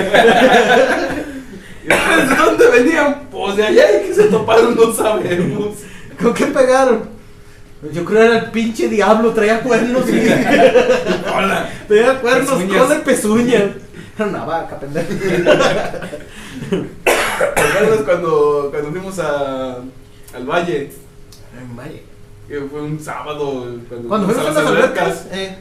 S4: ¿Y ustedes de dónde venían? Pues de allá y que se toparon, no sabemos.
S2: pi! ¿Con qué pegaron? Yo creo era el pinche diablo, traía cuernos y...
S3: Hola.
S2: traía cuernos,
S3: Pezuñas.
S2: cola y pezuña. Era una vaca, pendejo.
S4: ¿Te acuerdas cuando, cuando fuimos a, al valle? Que fue un sábado. Cuando,
S2: Cuando
S4: fuimos
S2: fuimos a las albercas, eh,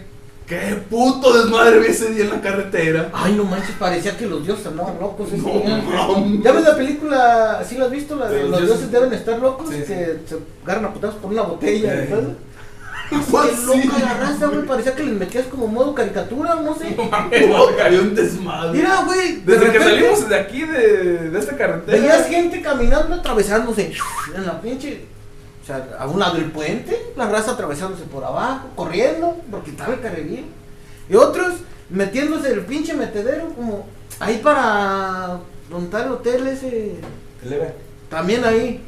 S4: ¡Qué puto desmadre vi ese día en la carretera!
S2: ay no manches, parecía que los dioses andaban locos. este, ese
S4: No
S2: día.
S4: mames.
S2: ¿Ya ves la película? ¿Sí la has visto? La de los, dioses deben estar locos,
S3: Sí, sí.
S2: que se agarran a putazos por una botella.
S3: Sí.
S2: ¿sabes?
S4: Fue
S2: Qué
S4: así,
S2: loca la raza, güey. Parecía que les metías como modo caricatura, no sé.
S4: No mames, güey, había un desmadre.
S2: Mira, güey. de
S4: Desde que
S2: repente
S4: salimos de aquí, de, de esta carretera.
S2: Veías gente caminando, atravesándose en la pinche. O sea, a un lado el puente, la raza atravesándose por abajo, corriendo, porque estaba el carril. Y otros metiéndose el pinche metedero, como ahí para montar el hotel ese.
S3: Eleva.
S2: También ahí.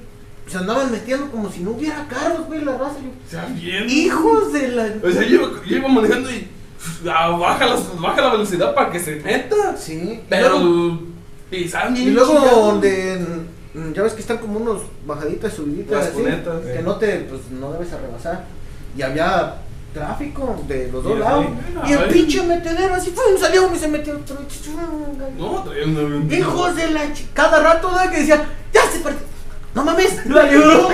S2: Se andaban metiendo como si no hubiera carros, güey, la raza. Yo,
S4: O sea, bien.
S2: Hijos de la.
S4: O sea, yo, iba- yo iba manejando y. ah, baja, las- baja la velocidad para que se meta.
S2: Sí.
S4: Pero.
S2: Y luego,
S4: pisaban bien
S2: y luego
S4: chingado.
S2: donde. mm, Ya ves que están como unos bajaditas, subiditas.
S4: Las eh.
S2: así,
S4: cunetas,
S2: Que
S3: sí.
S2: no te. Pues no debes arrebasar. Y había tráfico de los
S3: Y
S2: dos
S3: así,
S2: lados.
S4: mira,
S2: Y el
S4: ahí.
S2: pinche metedero así. ¡fum! Salió uno y se metió otro. ¡chum!
S4: No, traía un- un.
S2: Hijos de la chi- Cada rato ¿verdad? que decía, ya se partió. No mames, la libró.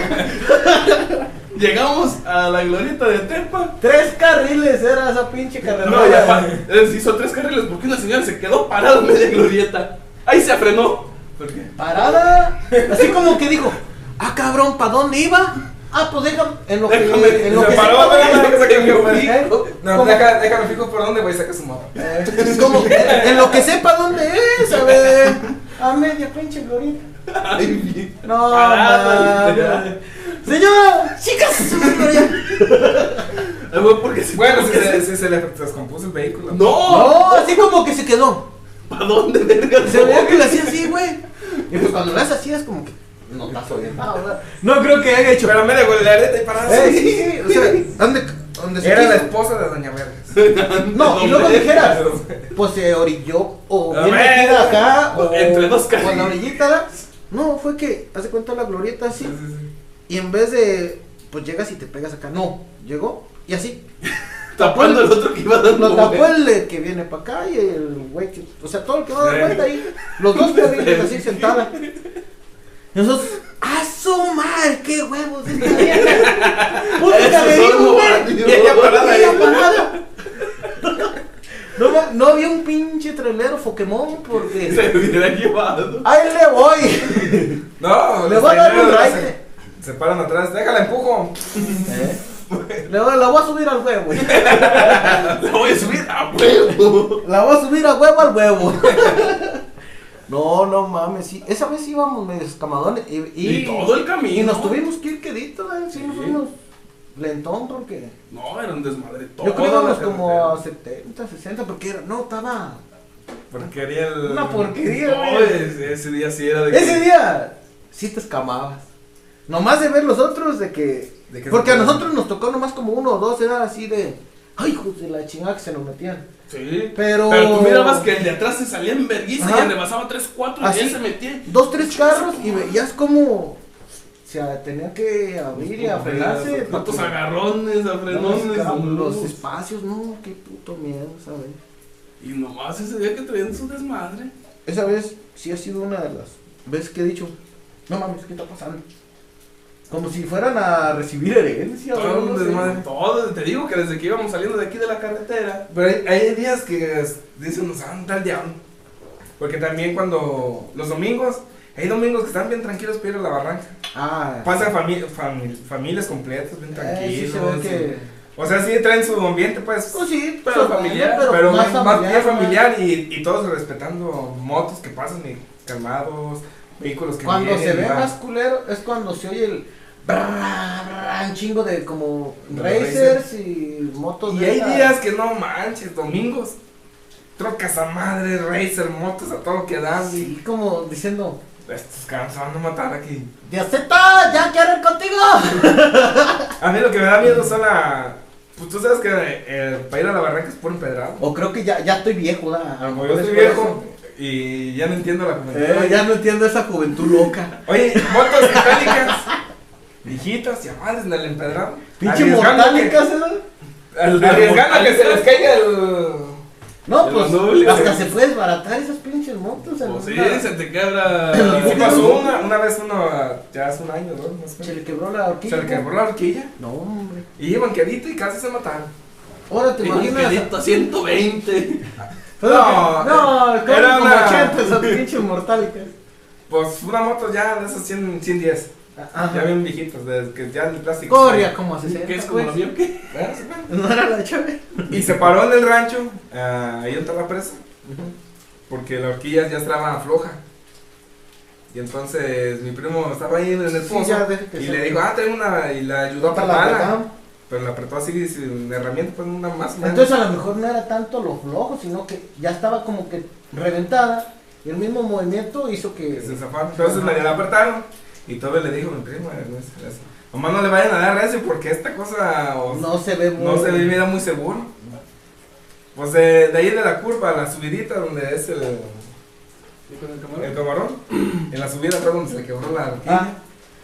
S4: Llegamos a la glorieta de Tepa.
S2: Tres carriles era esa pinche carrera.
S4: No, ya pa- eh, hizo tres carriles porque una señora se quedó parada en media glorieta. Ahí se frenó.
S3: ¿Por qué?
S2: parada. Así como que dijo, ah cabrón, ¿para dónde iba? Ah, pues déjame, en lo que,
S4: Déjame,
S2: en lo
S4: se
S2: que
S4: paró,
S2: se-
S4: déjame, déjame,
S2: ¿Eh?
S3: No,
S2: Como-
S3: deja, déjame fijo por dónde, güey, saca su mapa.
S2: eh, como- en lo que sepa dónde es, a ver. A media pinche glorita.
S4: Ay, bien.
S2: No,
S4: Parada,
S2: mames. Señora, chicas, su gloria.
S4: Ay, güey, porque se-
S3: Bueno, si
S4: porque
S3: se,
S4: se-
S3: si se le descompuso el vehículo.
S4: No,
S2: No, así como que se quedó.
S4: ¿para dónde verga?
S2: Se veía
S4: voy?
S2: que lo hacía así, güey. Y pues cuando lo haces así es como que no estás orientado, ¿verdad? No creo que haya hecho.
S3: Pero me le la areta y parada.
S2: Eh, sí, sí, o sea, ¿dónde, dónde se
S3: Era la
S2: quiso?
S3: esposa de Doña Vergas.
S2: No, y luego
S4: Hombre.
S2: dijeras, pues se orilló o
S3: A
S2: bien
S3: ver.
S2: metida acá, o
S4: Entre dos
S2: o en la
S4: carriles.
S2: orillita, ¿verdad? No, fue que, hace cuenta la glorieta así, y en vez de, pues llegas y te pegas acá, no, llegó, y así,
S4: Tapando al otro que iba dando.
S2: lo tapó
S4: vueltas.
S2: el de que viene para acá y el güey que, o sea, todo el que va a dar vuelta ahí, los dos carriles así sentada. Y Nosotros, ¡ah, su madre! ¡Qué huevos! esta vieja! ¡Puta
S4: Esos
S2: cagadero,
S4: son
S2: güey!
S4: los
S2: Y ella
S4: guardias.
S2: parada, ella parada. No, ma- no había un pinche trailero Pokémon
S4: Se
S2: porque.
S4: lo hubiera llevado.
S2: ¡Ahí le voy!
S3: No,
S2: Le
S3: los
S2: voy a dar un
S3: traileros
S2: raite.
S3: Se, se paran atrás, déjala empujo.
S4: Eh.
S2: Le voy- la voy a subir al huevo.
S4: La Ah, voy a subir a huevo.
S2: La voy a subir a huevo al huevo. No, no mames, sí. Esa vez íbamos medio escamadones. Y,
S4: Y,
S2: y-
S4: todo el camino.
S2: Y nos tuvimos que ir quedito, eh, sí, nos
S4: Sí.
S2: fuimos lentón porque
S4: No, era un desmadre todo.
S2: yo creo que íbamos como a
S3: carretera.
S2: 70, 60 porque era, no, estaba
S3: Porquería el.
S2: una porquería,
S4: No,
S2: güey.
S4: ese, ese día sí era de. que-
S2: Ese día sí te escamabas. Nomás de ver los otros de que,
S3: De que
S2: porque
S3: se-
S2: a nosotros nos tocó nomás como uno o dos, era así de Ay, hijos de la chingada que se nos metían.
S4: Sí.
S2: Pero-
S4: tú mirabas que el de atrás se salía en vergüenza
S2: Ajá.
S4: y rebasaba 3-4 y
S2: Así.
S4: él se metía.
S2: Dos, tres carros y veías como. O sea, tenía que abrir y afrenarse.
S4: Patos
S2: porque-
S4: agarrones,
S2: los,
S4: afrenones.
S2: cam- los
S4: no.
S2: espacios, no, qué puto miedo, ¿sabes?
S4: Y nomás ese día que traían su desmadre.
S2: Esa vez sí ha sido una de las veces que he dicho, no mames, ¿qué está pasando? Como si fueran a recibir herencia.
S4: Todo
S2: o
S4: un
S2: no sé.
S4: desmadre. Todo, te digo que desde que íbamos saliendo de aquí de la carretera.
S3: Pero hay, hay días que es- "Ah, dicen, nos anda el diablo. Porque también cuando los domingos, hay domingos que están bien tranquilos para ir a la barranca.
S2: Ah,
S3: Pasan fami- fami- familias completas, bien
S2: eh, sí
S3: tranquilos.
S2: se ve que...
S3: O sea, sí traen su ambiente, pues.
S2: Pues sí, pues,
S3: pero familiar, pero, más, más bien familiar y, y todos respetando motos que pasan y calmados, vehículos que
S2: Cuando se ve
S3: va.
S2: más culero es cuando se oye el brra, brra, un chingo de como
S3: De
S2: racers y motos.
S3: Y
S2: de
S3: hay
S2: esas.
S3: días que no manches, domingos, trocas a madre, racer, motos a todo lo que dan.
S2: Sí, como diciendo,
S3: Y estos cabrones se van a matar aquí.
S2: Dioseta, ya quiero ir contigo.
S3: A mí lo que me da miedo son la. Pues tú sabes que eh, para ir a la barranca es puro empedrado.
S2: O creo que ya, ya estoy viejo, ¿verdad? A lo
S3: Como
S2: mejor
S3: yo
S2: es
S3: estoy
S2: por
S3: viejo y ya no entiendo la
S2: eso. Eh,
S3: juventud.
S2: ya no entiendo esa juventud loca.
S3: Oye, motos metálicas, viejitas, llamadas en el empedrado.
S2: Pinche
S3: arriesgando
S2: mortálicas, ¿eh?
S3: que- al- Arriesgando a que se les caiga el.
S2: No,
S4: De
S2: pues
S4: los nobles.
S2: hasta se fue desbaratar esas pinches motos. en
S4: Pues sí,
S2: una-
S4: se te
S3: Y sí
S4: quebra.
S3: pasó una, una vez uno, ya hace un año, ¿no? Más o menos.
S2: Se le quebró la horquilla.
S3: Se le quebró la horquilla.
S2: No, hombre.
S3: Y iban quedito y casi se mataron.
S2: Ahora te
S4: Y un
S2: imaginas.
S4: pedito a 120.
S2: Pero
S3: No,
S2: que- no,
S3: era
S2: era como
S3: una-
S2: 80 esas pinches mortálicas.
S3: Pues una moto ya de esas 100, 110. Ya
S2: Ajá.
S3: bien viejitos, de, que ya el plástico.
S2: Corría como a 60.
S4: ¿Qué es como lo
S2: pues.
S4: mío? ¿Qué?
S3: Ah, sí, bueno.
S2: No era la chave.
S3: Y se paró en el rancho, ah, ahí está la presa, porque la horquilla ya estaba floja. Y entonces mi primo estaba ahí en el pozo
S2: ya, deja que
S3: y
S2: se-
S3: le dijo, ah, tengo una, y la ayudó a
S2: Hasta la
S3: apretarla.
S2: apretaba.
S3: Pero la apretó así sin herramienta, pues una más. o menos.
S2: Entonces a lo mejor no era tanto lo flojo, sino que ya estaba como que reventada. Y el mismo movimiento hizo que.
S3: que se zafaron. Entonces la, la apretaron y todavía le dijo a mi primo, "No es eso". nomás no le vayan a dar recio porque esta cosa o-
S2: No se ve muy.
S3: no se viviera muy seguro. Pues de, de ahí de la curva, a la subidita donde es el, el camarón, en la subida fue donde se le quebró la horquilla
S2: Ah,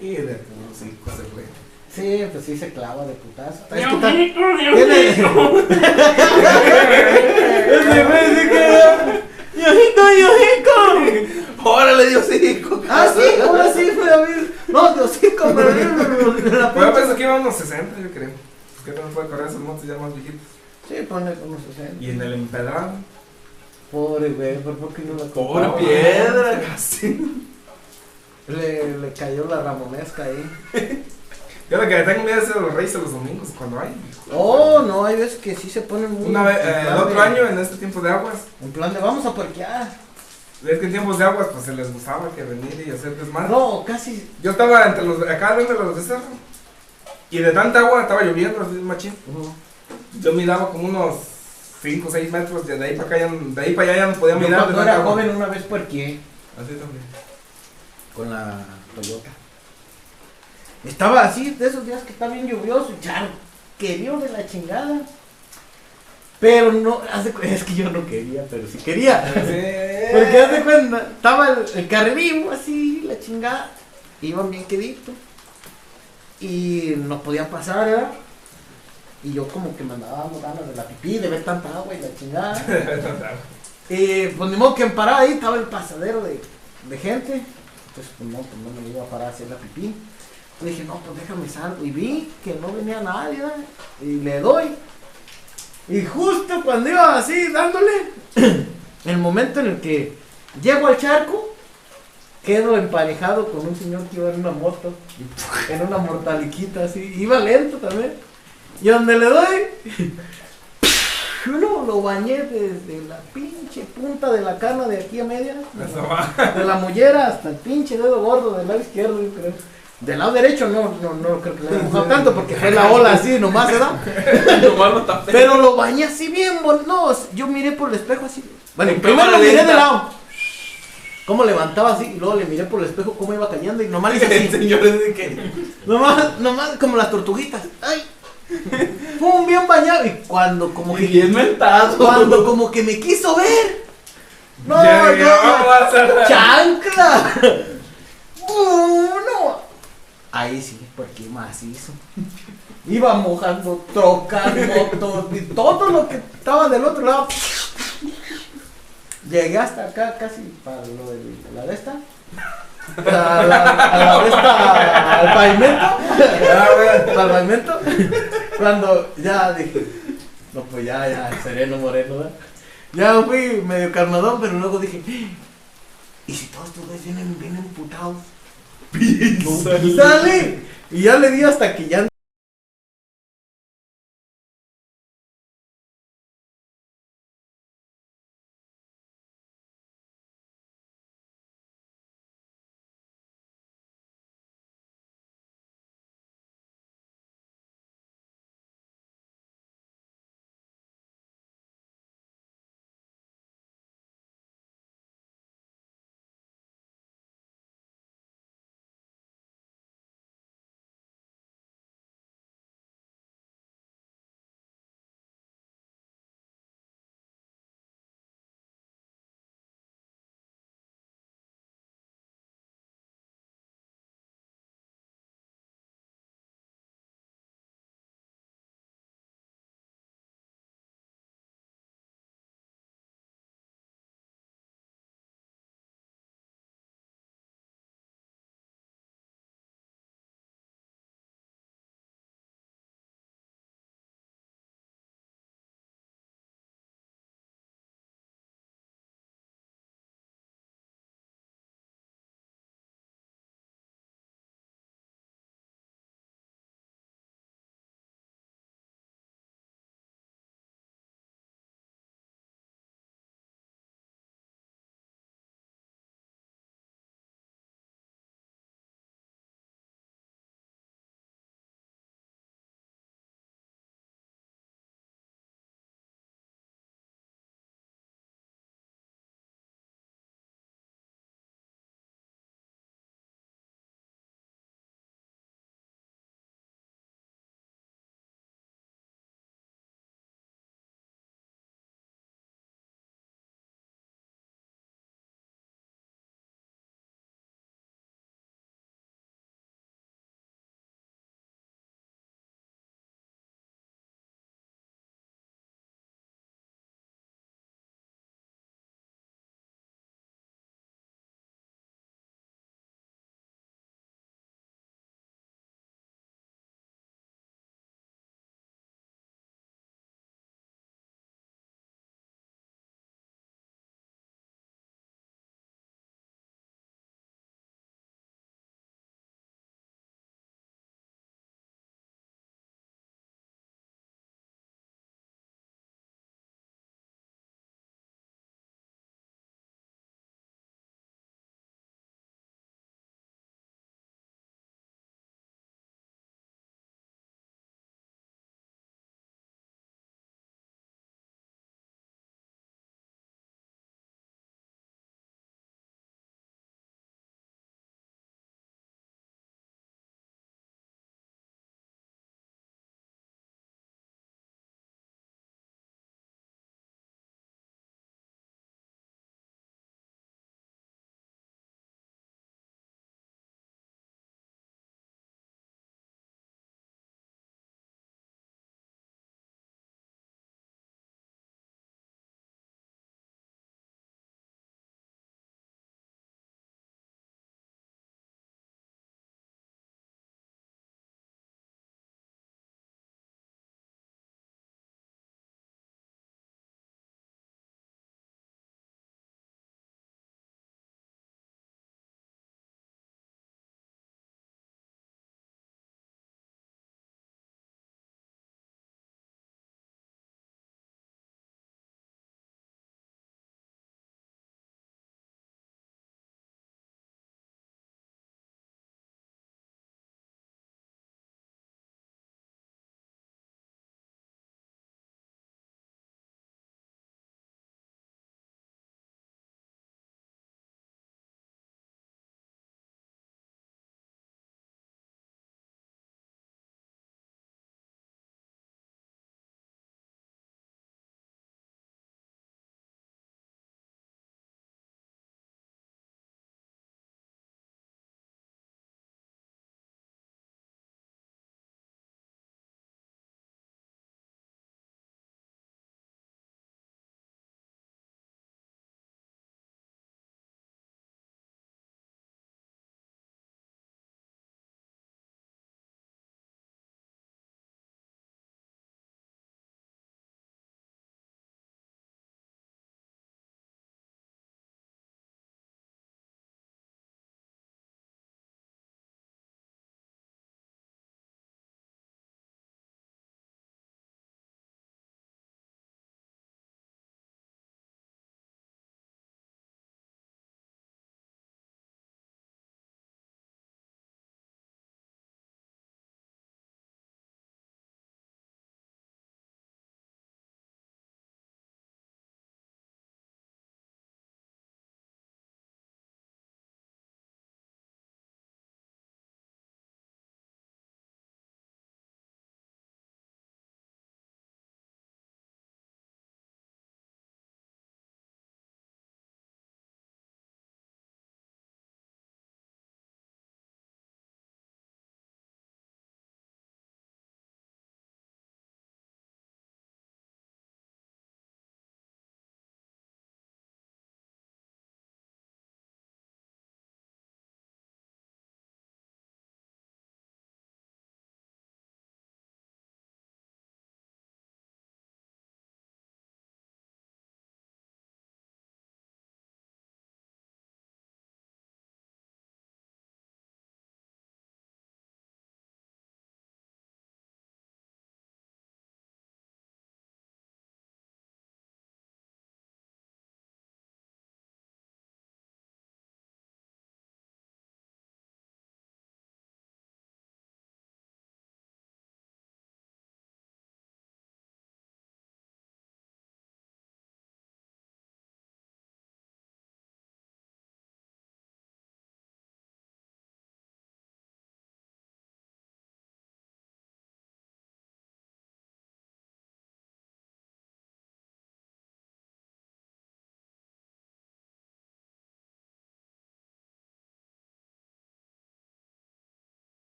S3: y de puro cinco pues, se fue.
S2: sí, pues sí se clava de putazo. Es que tal-
S4: Tiene-
S2: Ese güey sí que- ¡Yojito, yojito!
S4: Órale, Diosico.
S2: Ah, sí, ahora sí fue a ver. No, Diosico, pero bien, la
S3: Bueno, pues,
S2: pinche-
S3: pensé que iba a unos 60, yo creo. Que no puede correr esos motos ya más viejitos.
S2: Sí, ponle como 60.
S3: Y en el empedrado.
S2: Pobre güey, ¿por por qué no la
S4: Pobre
S2: compraba?
S4: piedra, casi.
S2: Le, le cayó la ramonesca ahí.
S3: Yo lo que le tengo miedo es a los reyes de los domingos, cuando hay.
S2: Oh, no, hay veces que sí se ponen muy.
S3: Una vez,
S2: en
S3: eh, el
S2: plan
S3: otro
S2: de-
S3: año, en este tiempo de aguas,
S2: En plan de vamos a parquear.
S3: Es que en tiempos de aguas, pues se les gustaba que venir y hacer desmadre.
S2: No, casi.
S3: Yo estaba entre los, acá dentro de los desiertos. Y de tanta agua estaba lloviendo, así machín. Yo miraba como unos 5 o 6 metros, de ahí para acá, ya, no- de ahí para allá ya no podía
S2: Yo
S3: mirar. de
S2: cuando
S3: tanta
S2: era
S3: agua.
S2: joven una vez parqueé
S3: Así también.
S2: con la Toyota. Estaba así, de esos días que está bien lluvioso, y claro, querido de la chingada. Pero no, haz de cu- es que yo no quería, pero sí quería. Porque haz de cuenta, estaba el, el carrerismo así, la chingada, iban bien quedito. Y no podían pasar, ¿verdad? Y yo como que me andaba dando ganas de la pipí, de ver tanta agua y la chingada. Y pues ni modo que me paraba ahí, estaba el pasadero de, de gente. Entonces, pues no, pues no me iba a parar a hacer la pipí. Entonces dije, no, pues déjame salgo. Y vi que no venía nadie, ¿verdad? Y le doy. Y justo cuando iba así dándole, el momento en el que llego al charco, quedo emparejado con un señor que iba en una moto, en una mortaliquita así, iba lento también. Y donde le doy, no, lo bañé desde la pinche punta de la cana de aquí a media,
S3: Hasta abajo.
S2: de la mollera hasta el pinche dedo gordo del lado izquierdo, yo creo. Del lado derecho no, no, no creo que le haya mojado tanto porque fue la ola así nomás, ¿verdad?
S4: Nomás lo tapé.
S2: Pero lo bañé así bien, bol- no, s- yo miré por el espejo así. Bueno,
S4: En
S2: primero lo
S4: cámara
S2: miré
S4: lenta.
S2: de lado. Cómo levantaba así, y luego le miré por el espejo cómo iba cayendo y nomás le hice
S4: El
S2: así.
S4: señor es de que.
S2: Nomás, nomás como las tortuguitas. Ay, Pum, bien bañado. Y cuando como
S4: Y
S2: que.
S4: bien mentado.
S2: Cuando como que me quiso ver. No,
S3: Ya,
S2: no,
S3: ya, vamos a la-
S2: ¡Chancla! ¡Bum! No. Ahí sí, porque macizo. Iba mojando trocas, motos, y todo lo que estaba del otro lado. Llegué hasta acá casi para lo de la de esta. A la, a la de esta, al pavimento.
S3: Ah, güey.
S2: Para el pavimento. Cuando ya dije, no, pues ya, ya, sereno, moreno, ¿verdad? Ya fui medio carnadón, pero luego dije, ¿y si todos estos güeyes vienen bien emputados?
S4: Písale.
S2: ¡Sale! Y ya le di hasta que ya.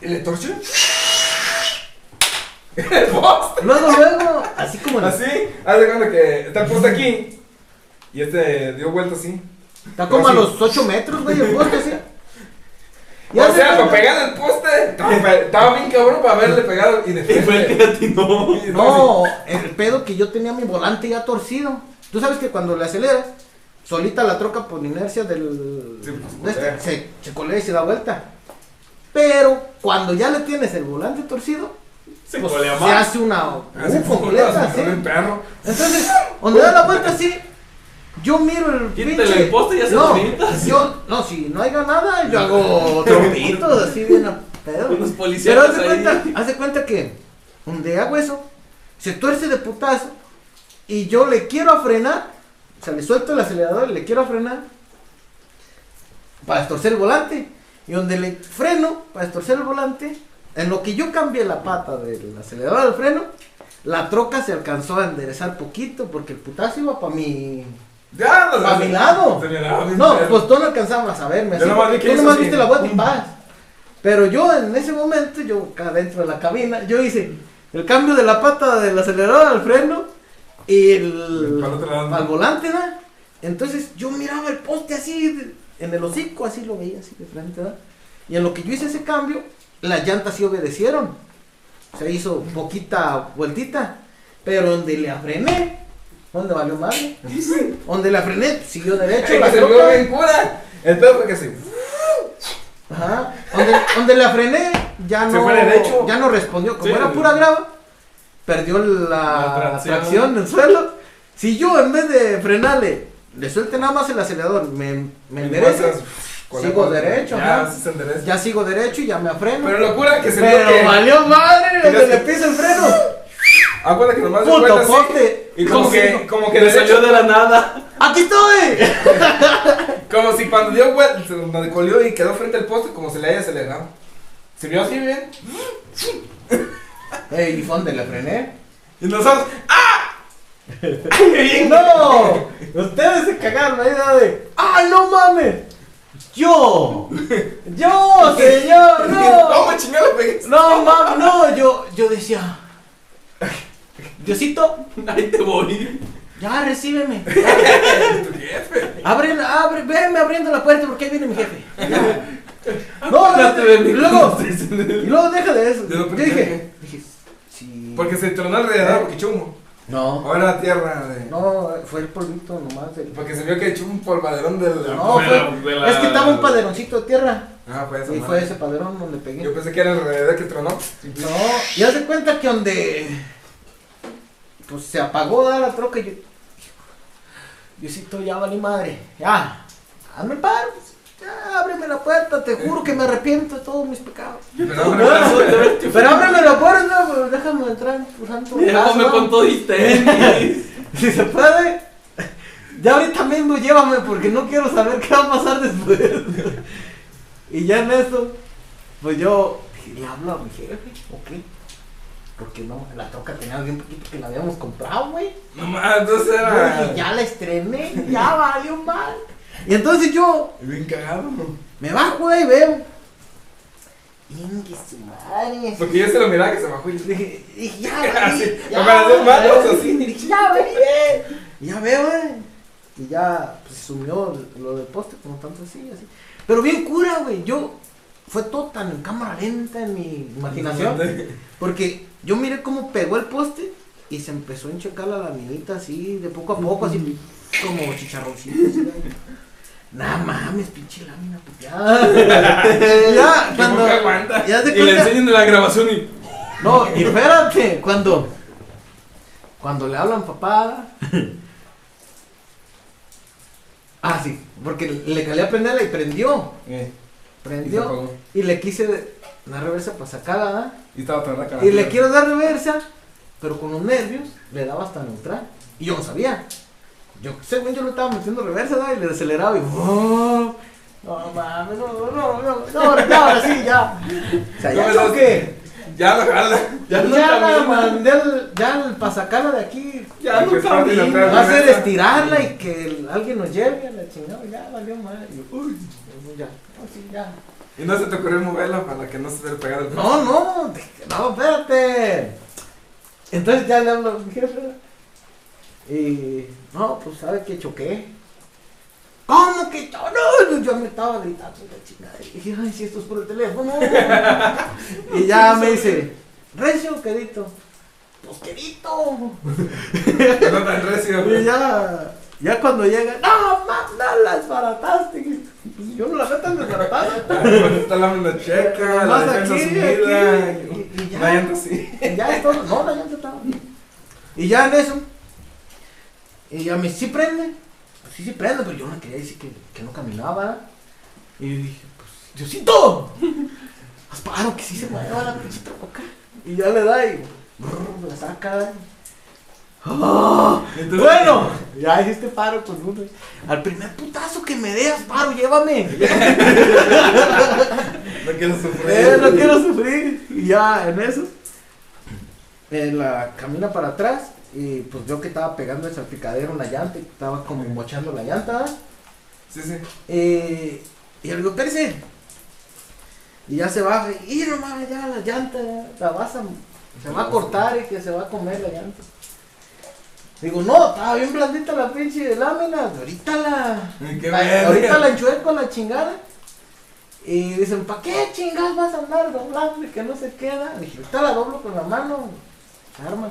S3: ¿Y le torció? El poste.
S2: Luego, luego, así como en
S3: Así, haz de cuenta que está el poste aquí. Y este dio vuelta así.
S2: Está como a
S3: Así.
S2: los 8 metros, güey, el poste así. Y
S3: o
S2: hace
S3: sea, para
S2: cuenta-
S3: pegar el poste. Estaba, pe- estaba bien cabrón para haberle pegado y de
S4: Y fue el que le
S3: frente.
S4: atinó.
S3: Y estaba así.
S2: No, el pedo que yo tenía mi volante ya torcido. Tú sabes que cuando le aceleras, solita la troca por inercia del.
S3: Sí, pues,
S2: de este,
S3: voltea.
S2: se, se colea y se da vuelta. Pero cuando ya le tienes el volante torcido,
S4: Se
S2: pues,
S4: colea
S2: se
S4: más.
S2: hace una.
S3: Así,
S2: U completa,
S3: putas,
S2: así.
S3: me corrió el perro.
S2: Entonces, donde da la vuelta así, yo miro el
S4: Quítale el poste y hace
S2: no,
S4: bolitas.
S2: yo, no, si no hay ganada, yo hago trompitos, así bien a pedo.
S4: Unos policías
S2: Pero hace
S4: ahí.
S2: cuenta, hace cuenta que donde hago eso, se tuerce de putazo y yo le quiero a frenar, o sea, le suelto el acelerador y le quiero a frenar para estorcer el volante. Y donde le freno para estorcer el volante, en lo que yo cambié la pata del acelerador al freno, la troca se alcanzó a enderezar poquito porque el putazo iba para mi.
S3: Ya, no
S2: Pa' mi lado.
S3: Se miraba bien
S2: No,
S3: perro.
S2: pues tú no alcanzabas a verme.
S3: Yo
S2: Así,
S3: nomás vi
S2: porque
S3: que
S2: tú
S3: hizo
S2: nomás
S3: así.
S2: viste la vuelta y paz. Pero yo en ese momento, yo acá dentro de la cabina, yo hice el cambio de la pata del acelerador al freno y el.
S3: Para el otro lado.
S2: al volante, ¿verdad? Entonces yo miraba el poste así, de- en el hocico, así lo veía, así de frente, ¿verdad? Y en lo que yo hice ese cambio, las llantas sí obedecieron. Se hizo poquita vueltita. Pero donde le frené, donde valió madre. Donde la frené, siguió derecho.
S3: Ey,
S2: la
S3: que se
S2: troca.
S3: vio bien cura. El perro que se.
S2: Ajá. Donde, donde la frené, ya
S3: Se
S2: no,
S3: fue derecho.
S2: ya no respondió. Como
S4: Sí,
S2: era
S4: el-
S2: pura grava, perdió la,
S4: La tracción.
S2: tracción del suelo. Si yo en vez de frenarle, le suelte nada más el acelerador, me, me enderezo,
S3: Entonces, con la
S2: Sigo
S3: cola.
S2: derecho,
S3: Ya,
S2: ajá.
S3: sí se endereza.
S2: ya sigo derecho y ya me afreno.
S3: Pero
S2: Pero,
S3: locura que se vio que.
S2: valió madre donde
S3: Fíjate.
S2: le pisa el freno.
S3: Acuérdate que nomás
S2: Puto
S3: de vuelta así,
S2: poste.
S3: Y como que, como que
S4: le
S3: derecho,
S4: salió de la nada.
S2: ¡Aquí estoy!
S3: como si cuando dio vuelta, donde colió y quedó frente al poste, como se le haya acelerado. ¿Se vio así bien?
S2: Ey, ¿y fue donde le frené?
S3: Y nosotros,
S2: ¡No! Ustedes se cagaron ahí ¿no? de. ¡Ah, no mames! ¡Yo! ¡Yo, señor!
S3: ¡No,
S2: ¡No!
S3: me chingada le pegué!
S2: ¡No mames! ¡No! Yo, yo decía. Diosito,
S4: Ahí te voy.
S2: ya recíbeme.
S3: ¡Tu jefe!
S2: Abre, abre, venme abriendo la puerta porque ahí viene mi jefe. No,
S4: Ya te
S2: no, y
S4: vendí.
S2: luego, y luego deja de eso.
S3: De lo
S2: Yo
S3: primero
S2: dije, dije, sí.
S3: Porque se tronó alrededor, porque chumo.
S2: No,
S3: Ahora la tierra de...
S2: no, fue el polvito nomás del.
S3: Porque se vio que echó un polvaderón del...
S2: No,
S4: De
S2: fue-
S4: la- de la-
S2: es que estaba un paderoncito de tierra.
S3: Ah, fue eso.
S2: pues. Y
S3: madre.
S2: fue ese padrón donde pegué.
S3: Yo pensé que era alrededor que tronó.
S2: No, y haz de cuenta que donde. Pues se apagó da la troca y yo. Diosito, ya valí madre. Ya, hazme el paro. pues, Ya, ábreme la puerta, te juro que me arrepiento de todos mis pecados.
S3: Pero ahora-
S2: Pero ábreme la puerta, pues, déjame entrar, por santo.
S4: Déjame
S2: brazo.
S4: con todo y tenis.
S2: Si se puede, ya ahorita mismo llévame porque no quiero saber qué va a pasar después. y ya en eso, pues yo dije, le hablo a mi jefe, ok. Porque no, la troca tenía bien poquito que la habíamos comprado, güey.
S3: No, más, entonces
S2: Yo dije,
S3: era...
S2: ya la estrené, ya valió mal. Y entonces yo
S3: Bien cagado.
S2: me bajo, güey, veo. Ingue su madre.
S3: Porque yo se lo miraba que se bajó y...
S2: Dije, dije, ya, vení,
S3: Así,
S2: ya,
S3: para hacer manos,
S2: eh,
S3: así.
S2: dije, ya, vení, eh. Y ya veo, eh. Y ya, pues, sumió lo del poste, como tanto así, así. Pero bien cura, güey, yo, fue todo tan en cámara lenta en mi
S3: "Ah,
S2: imaginación, porque yo miré cómo pegó el poste y se empezó a enchecar la laminita así, de poco a poco, así, como chicharroncito, así, güey. Nah, mames, pinche lámina, pues ya. ya,
S3: Que
S2: cuando.
S3: nunca aguanta.
S2: Ya se
S4: Y le enseñan de la grabación y.
S2: no, y espérate, cuando cuando le hablan papá. Ah, sí, porque le calé a prenderla y prendió.
S3: Eh, Y se
S2: Prendió
S3: apagó.
S2: y le quise dar reversa para sacarla, ¿verdad?
S3: Y estaba tan acá.
S2: Y le quiero dar reversa, pero con los nervios le daba hasta neutral. Y yo no sabía. Yo, según yo le estaba metiendo reversa, ¿verdad? Y le aceleraba y. ¡oh! No mames, no, no, no, no, ya, ahora sí, ya. O sea,
S3: No
S2: ya
S3: me das-
S2: choqué.
S3: Ya lo jala.
S2: Ya,
S4: Ya no
S2: la
S4: camina.
S2: mandé al- ya al- para sacarla de aquí.
S4: Ya no
S3: Que parte de atrás,
S2: Va a ser
S3: ¿verdad?
S2: estirarla y que el- alguien nos lleve a la chingada. Ya valió madre. Uy, ya, no, Pues sí, ya.
S3: ¿Y no se te ocurrió moverla para que no se te hubiera pegado el brazo?
S2: No, no, no, espérate. Entonces ya le hablo a mi jefe. Y no, pues sabe que choqué. ¿Cómo que yo? No, yo me estaba gritando la chingada. Y dije, ay, si esto es por el teléfono. y ya me dice, recio o quedito. Pues quedito.
S3: Que No tan recio.
S2: Y ya, ya cuando llega, no, mamá, la desbarataste. Y "Pues, yo no la veo tan desbaratada.
S3: Está la mano checa, la
S2: Nomás
S3: defensa
S2: aquí,
S3: sumida.
S2: aquí, y- y ya.
S3: La llanta así.
S2: Y ya es todo. No, la llanta estaba. Y ya en eso. Y ya me sí prende. Pues sí, sí prende, pero yo no quería decir que, que no caminaba. Y yo dije, pues, Diosito. Haz paro que sí se mueva la pinche boca. Y ya le da y. brr, la saca. ¡Ah!
S3: Entonces-
S2: bueno, ya hiciste paro con uno. Al primer putazo que me dé, haz paro, llévame.
S3: No quiero sufrir.
S2: Eh, no quiero sufrir. Y ya, en eso. eh, la camina para atrás y pues veo que estaba pegando el salpicadero una llanta y estaba como mochando la llanta. ¿verdad?
S3: Sí, sí.
S2: Eh, y le digo, "Espérese". Y ya se baja y no mames, ya la llanta, la vas a, se va a cortar y que se va a comer la llanta. Digo, no, estaba bien blandita la pinche lámina, ahorita la,
S3: Ay, Qué
S2: la-
S3: verga.
S2: ahorita la enchueco la chingada. Y dicen, ¿para qué chingadas vas a andar doblando que no se queda? Le dije, ahorita la doblo con la mano, arma.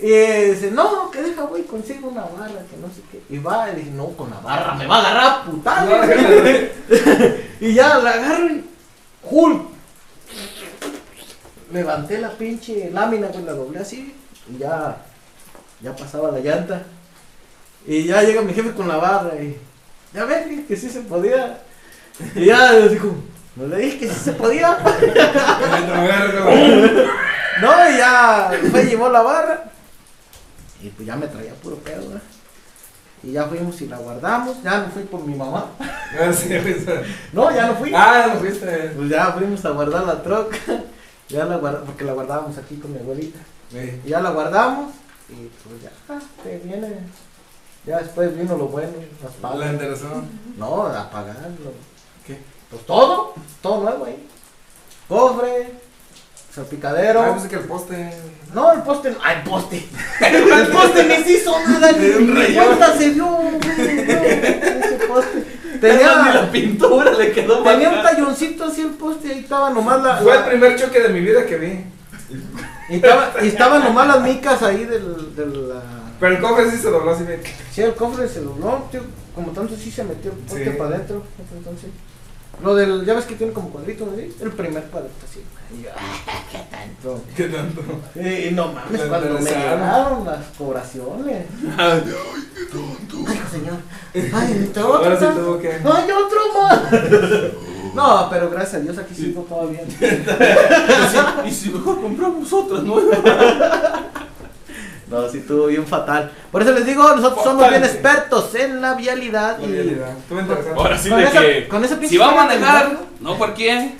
S2: Y eh, dice, no, que deja, güey, consigo una barra, que no sé qué. Y va, y dije, no, con la barra me va a agarrar a
S3: No,
S2: putales.
S3: déjala.
S2: y ya la agarro y ¡Hulk! Levanté la pinche lámina, pues la doblé así. Y ya, ya pasaba la llanta. Y ya llega mi jefe con la barra y. Ya ves dije que sí se podía. Y ya le dijo, no le dije que sí se podía.
S3: Vete a verga.
S2: No, y ya fue, llevó la barra. Y pues ya me traía puro pedo, ¿verdad? Y ya fuimos y la guardamos. Ya no fui por mi mamá.
S3: Ah, sí, risa.
S2: No, ya no fui.
S3: Ah, no fuiste.
S2: Pues ya fuimos a guardar la troca. Ya la guarda- porque la guardábamos aquí con mi abuelita.
S3: Sí.
S2: Y ya la guardamos y pues ya te viene. Ya después vino lo bueno, las
S3: La
S2: palas.
S3: interesó.
S2: No, a pagarlo.
S3: ¿Qué?
S2: Pues todo, todo nuevo ahí. Cofre, salpicadero.
S3: Ah, pensé que el poste.
S2: No, el poste no. ¡Ay, el poste! El poste ni se hizo nada, ni,
S3: Le dio un
S2: ni
S3: rayón.
S2: vuelta se dio, güey, no, ese poste.
S4: Además, ni
S2: Tenía,
S4: la pintura le quedó mal.
S2: tenía un talloncito así el poste, ahí estaba nomás la.
S3: Fue
S2: la-
S3: el primer choque de mi vida que vi.
S2: Y, estaba, y estaban nomás las micas ahí del, de la...
S3: Pero el cofre sí se dobló así bien.
S2: Sí, el cofre se dobló, tío, como tanto sí se metió el poste
S3: Sí.
S2: para adentro, entonces... Lo del, ya ves que tiene como cuadrito, ¿no? Sí, El primer cuadrito, así. Y yo, "Ah, ¿qué tanto?
S3: ¿Qué tanto?
S2: Y no mames,
S3: Lo
S2: cuando me
S3: interesaron.
S2: llegaron las cobraciones.
S4: Ay,
S2: Ay, señor. Ay, ¿te otro?
S3: Ahora sí
S2: más?
S3: tuvo que-
S2: Ay, otro más. No, pero gracias a Dios aquí sigo todo bien.
S4: Y si mejor compramos otras, ¿no?
S2: No, sí, estuvo bien fatal. Por eso les digo, nosotros somos
S3: Fatal,
S2: bien
S3: sí.
S2: expertos en la vialidad.
S3: La
S2: y-
S3: realidad. Estuvo interesante.
S4: Ahora sí
S2: Con
S4: de
S2: esa-
S4: que.
S2: con esa pinche
S4: si va a
S2: historia,
S4: manejar,
S2: ¿verdad?
S4: no cualquier.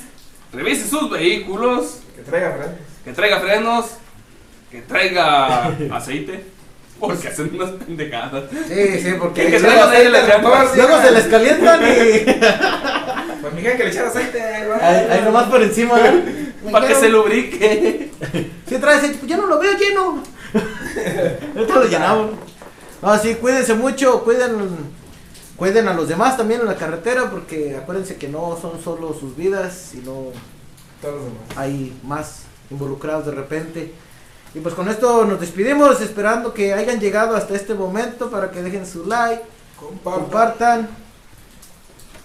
S4: Revise sus vehículos.
S3: Que traiga, Fran.
S4: Que traiga frenos. Que traiga aceite. Porque hacen unas pendejadas.
S2: Sí, sí,
S4: Que-
S2: porque
S4: que
S2: luego,
S4: traigan ahí la trampa.
S2: luego se les calientan y
S3: Pues mi hija que le echara aceite.
S2: ahí, ahí nomás por encima. ¿verdad?
S4: Para que
S2: Dijeron,
S4: se lubrique.
S2: Si traes aceite, pues yo no lo veo lleno. Ahorita lo llenamos. No, sí, cuídense mucho, cuiden, cuiden a los demás también en la carretera porque acuérdense que no son solo sus vidas, sino
S3: Todos los demás.
S2: hay más involucrados de repente. Y pues con esto nos despedimos, esperando que hayan llegado hasta este momento para que dejen su like,
S3: Comparta.
S2: compartan.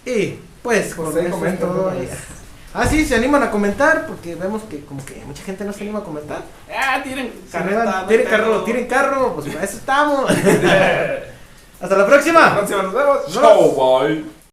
S2: Y pues con
S3: José,
S2: eso es
S3: comenta,
S2: todo.
S3: ¿no?
S2: Ah, sí, se animan a comentar porque vemos que como que mucha gente no se anima a comentar.
S4: Ah, tiren
S2: Se animan,
S4: carreta.
S2: tiren
S4: no
S2: carro,
S4: pedo.
S2: tienen carro, pues para eso estamos. Hasta la próxima.
S3: Próxima, nos vemos.
S2: Nos vemos.
S1: Chao, bye.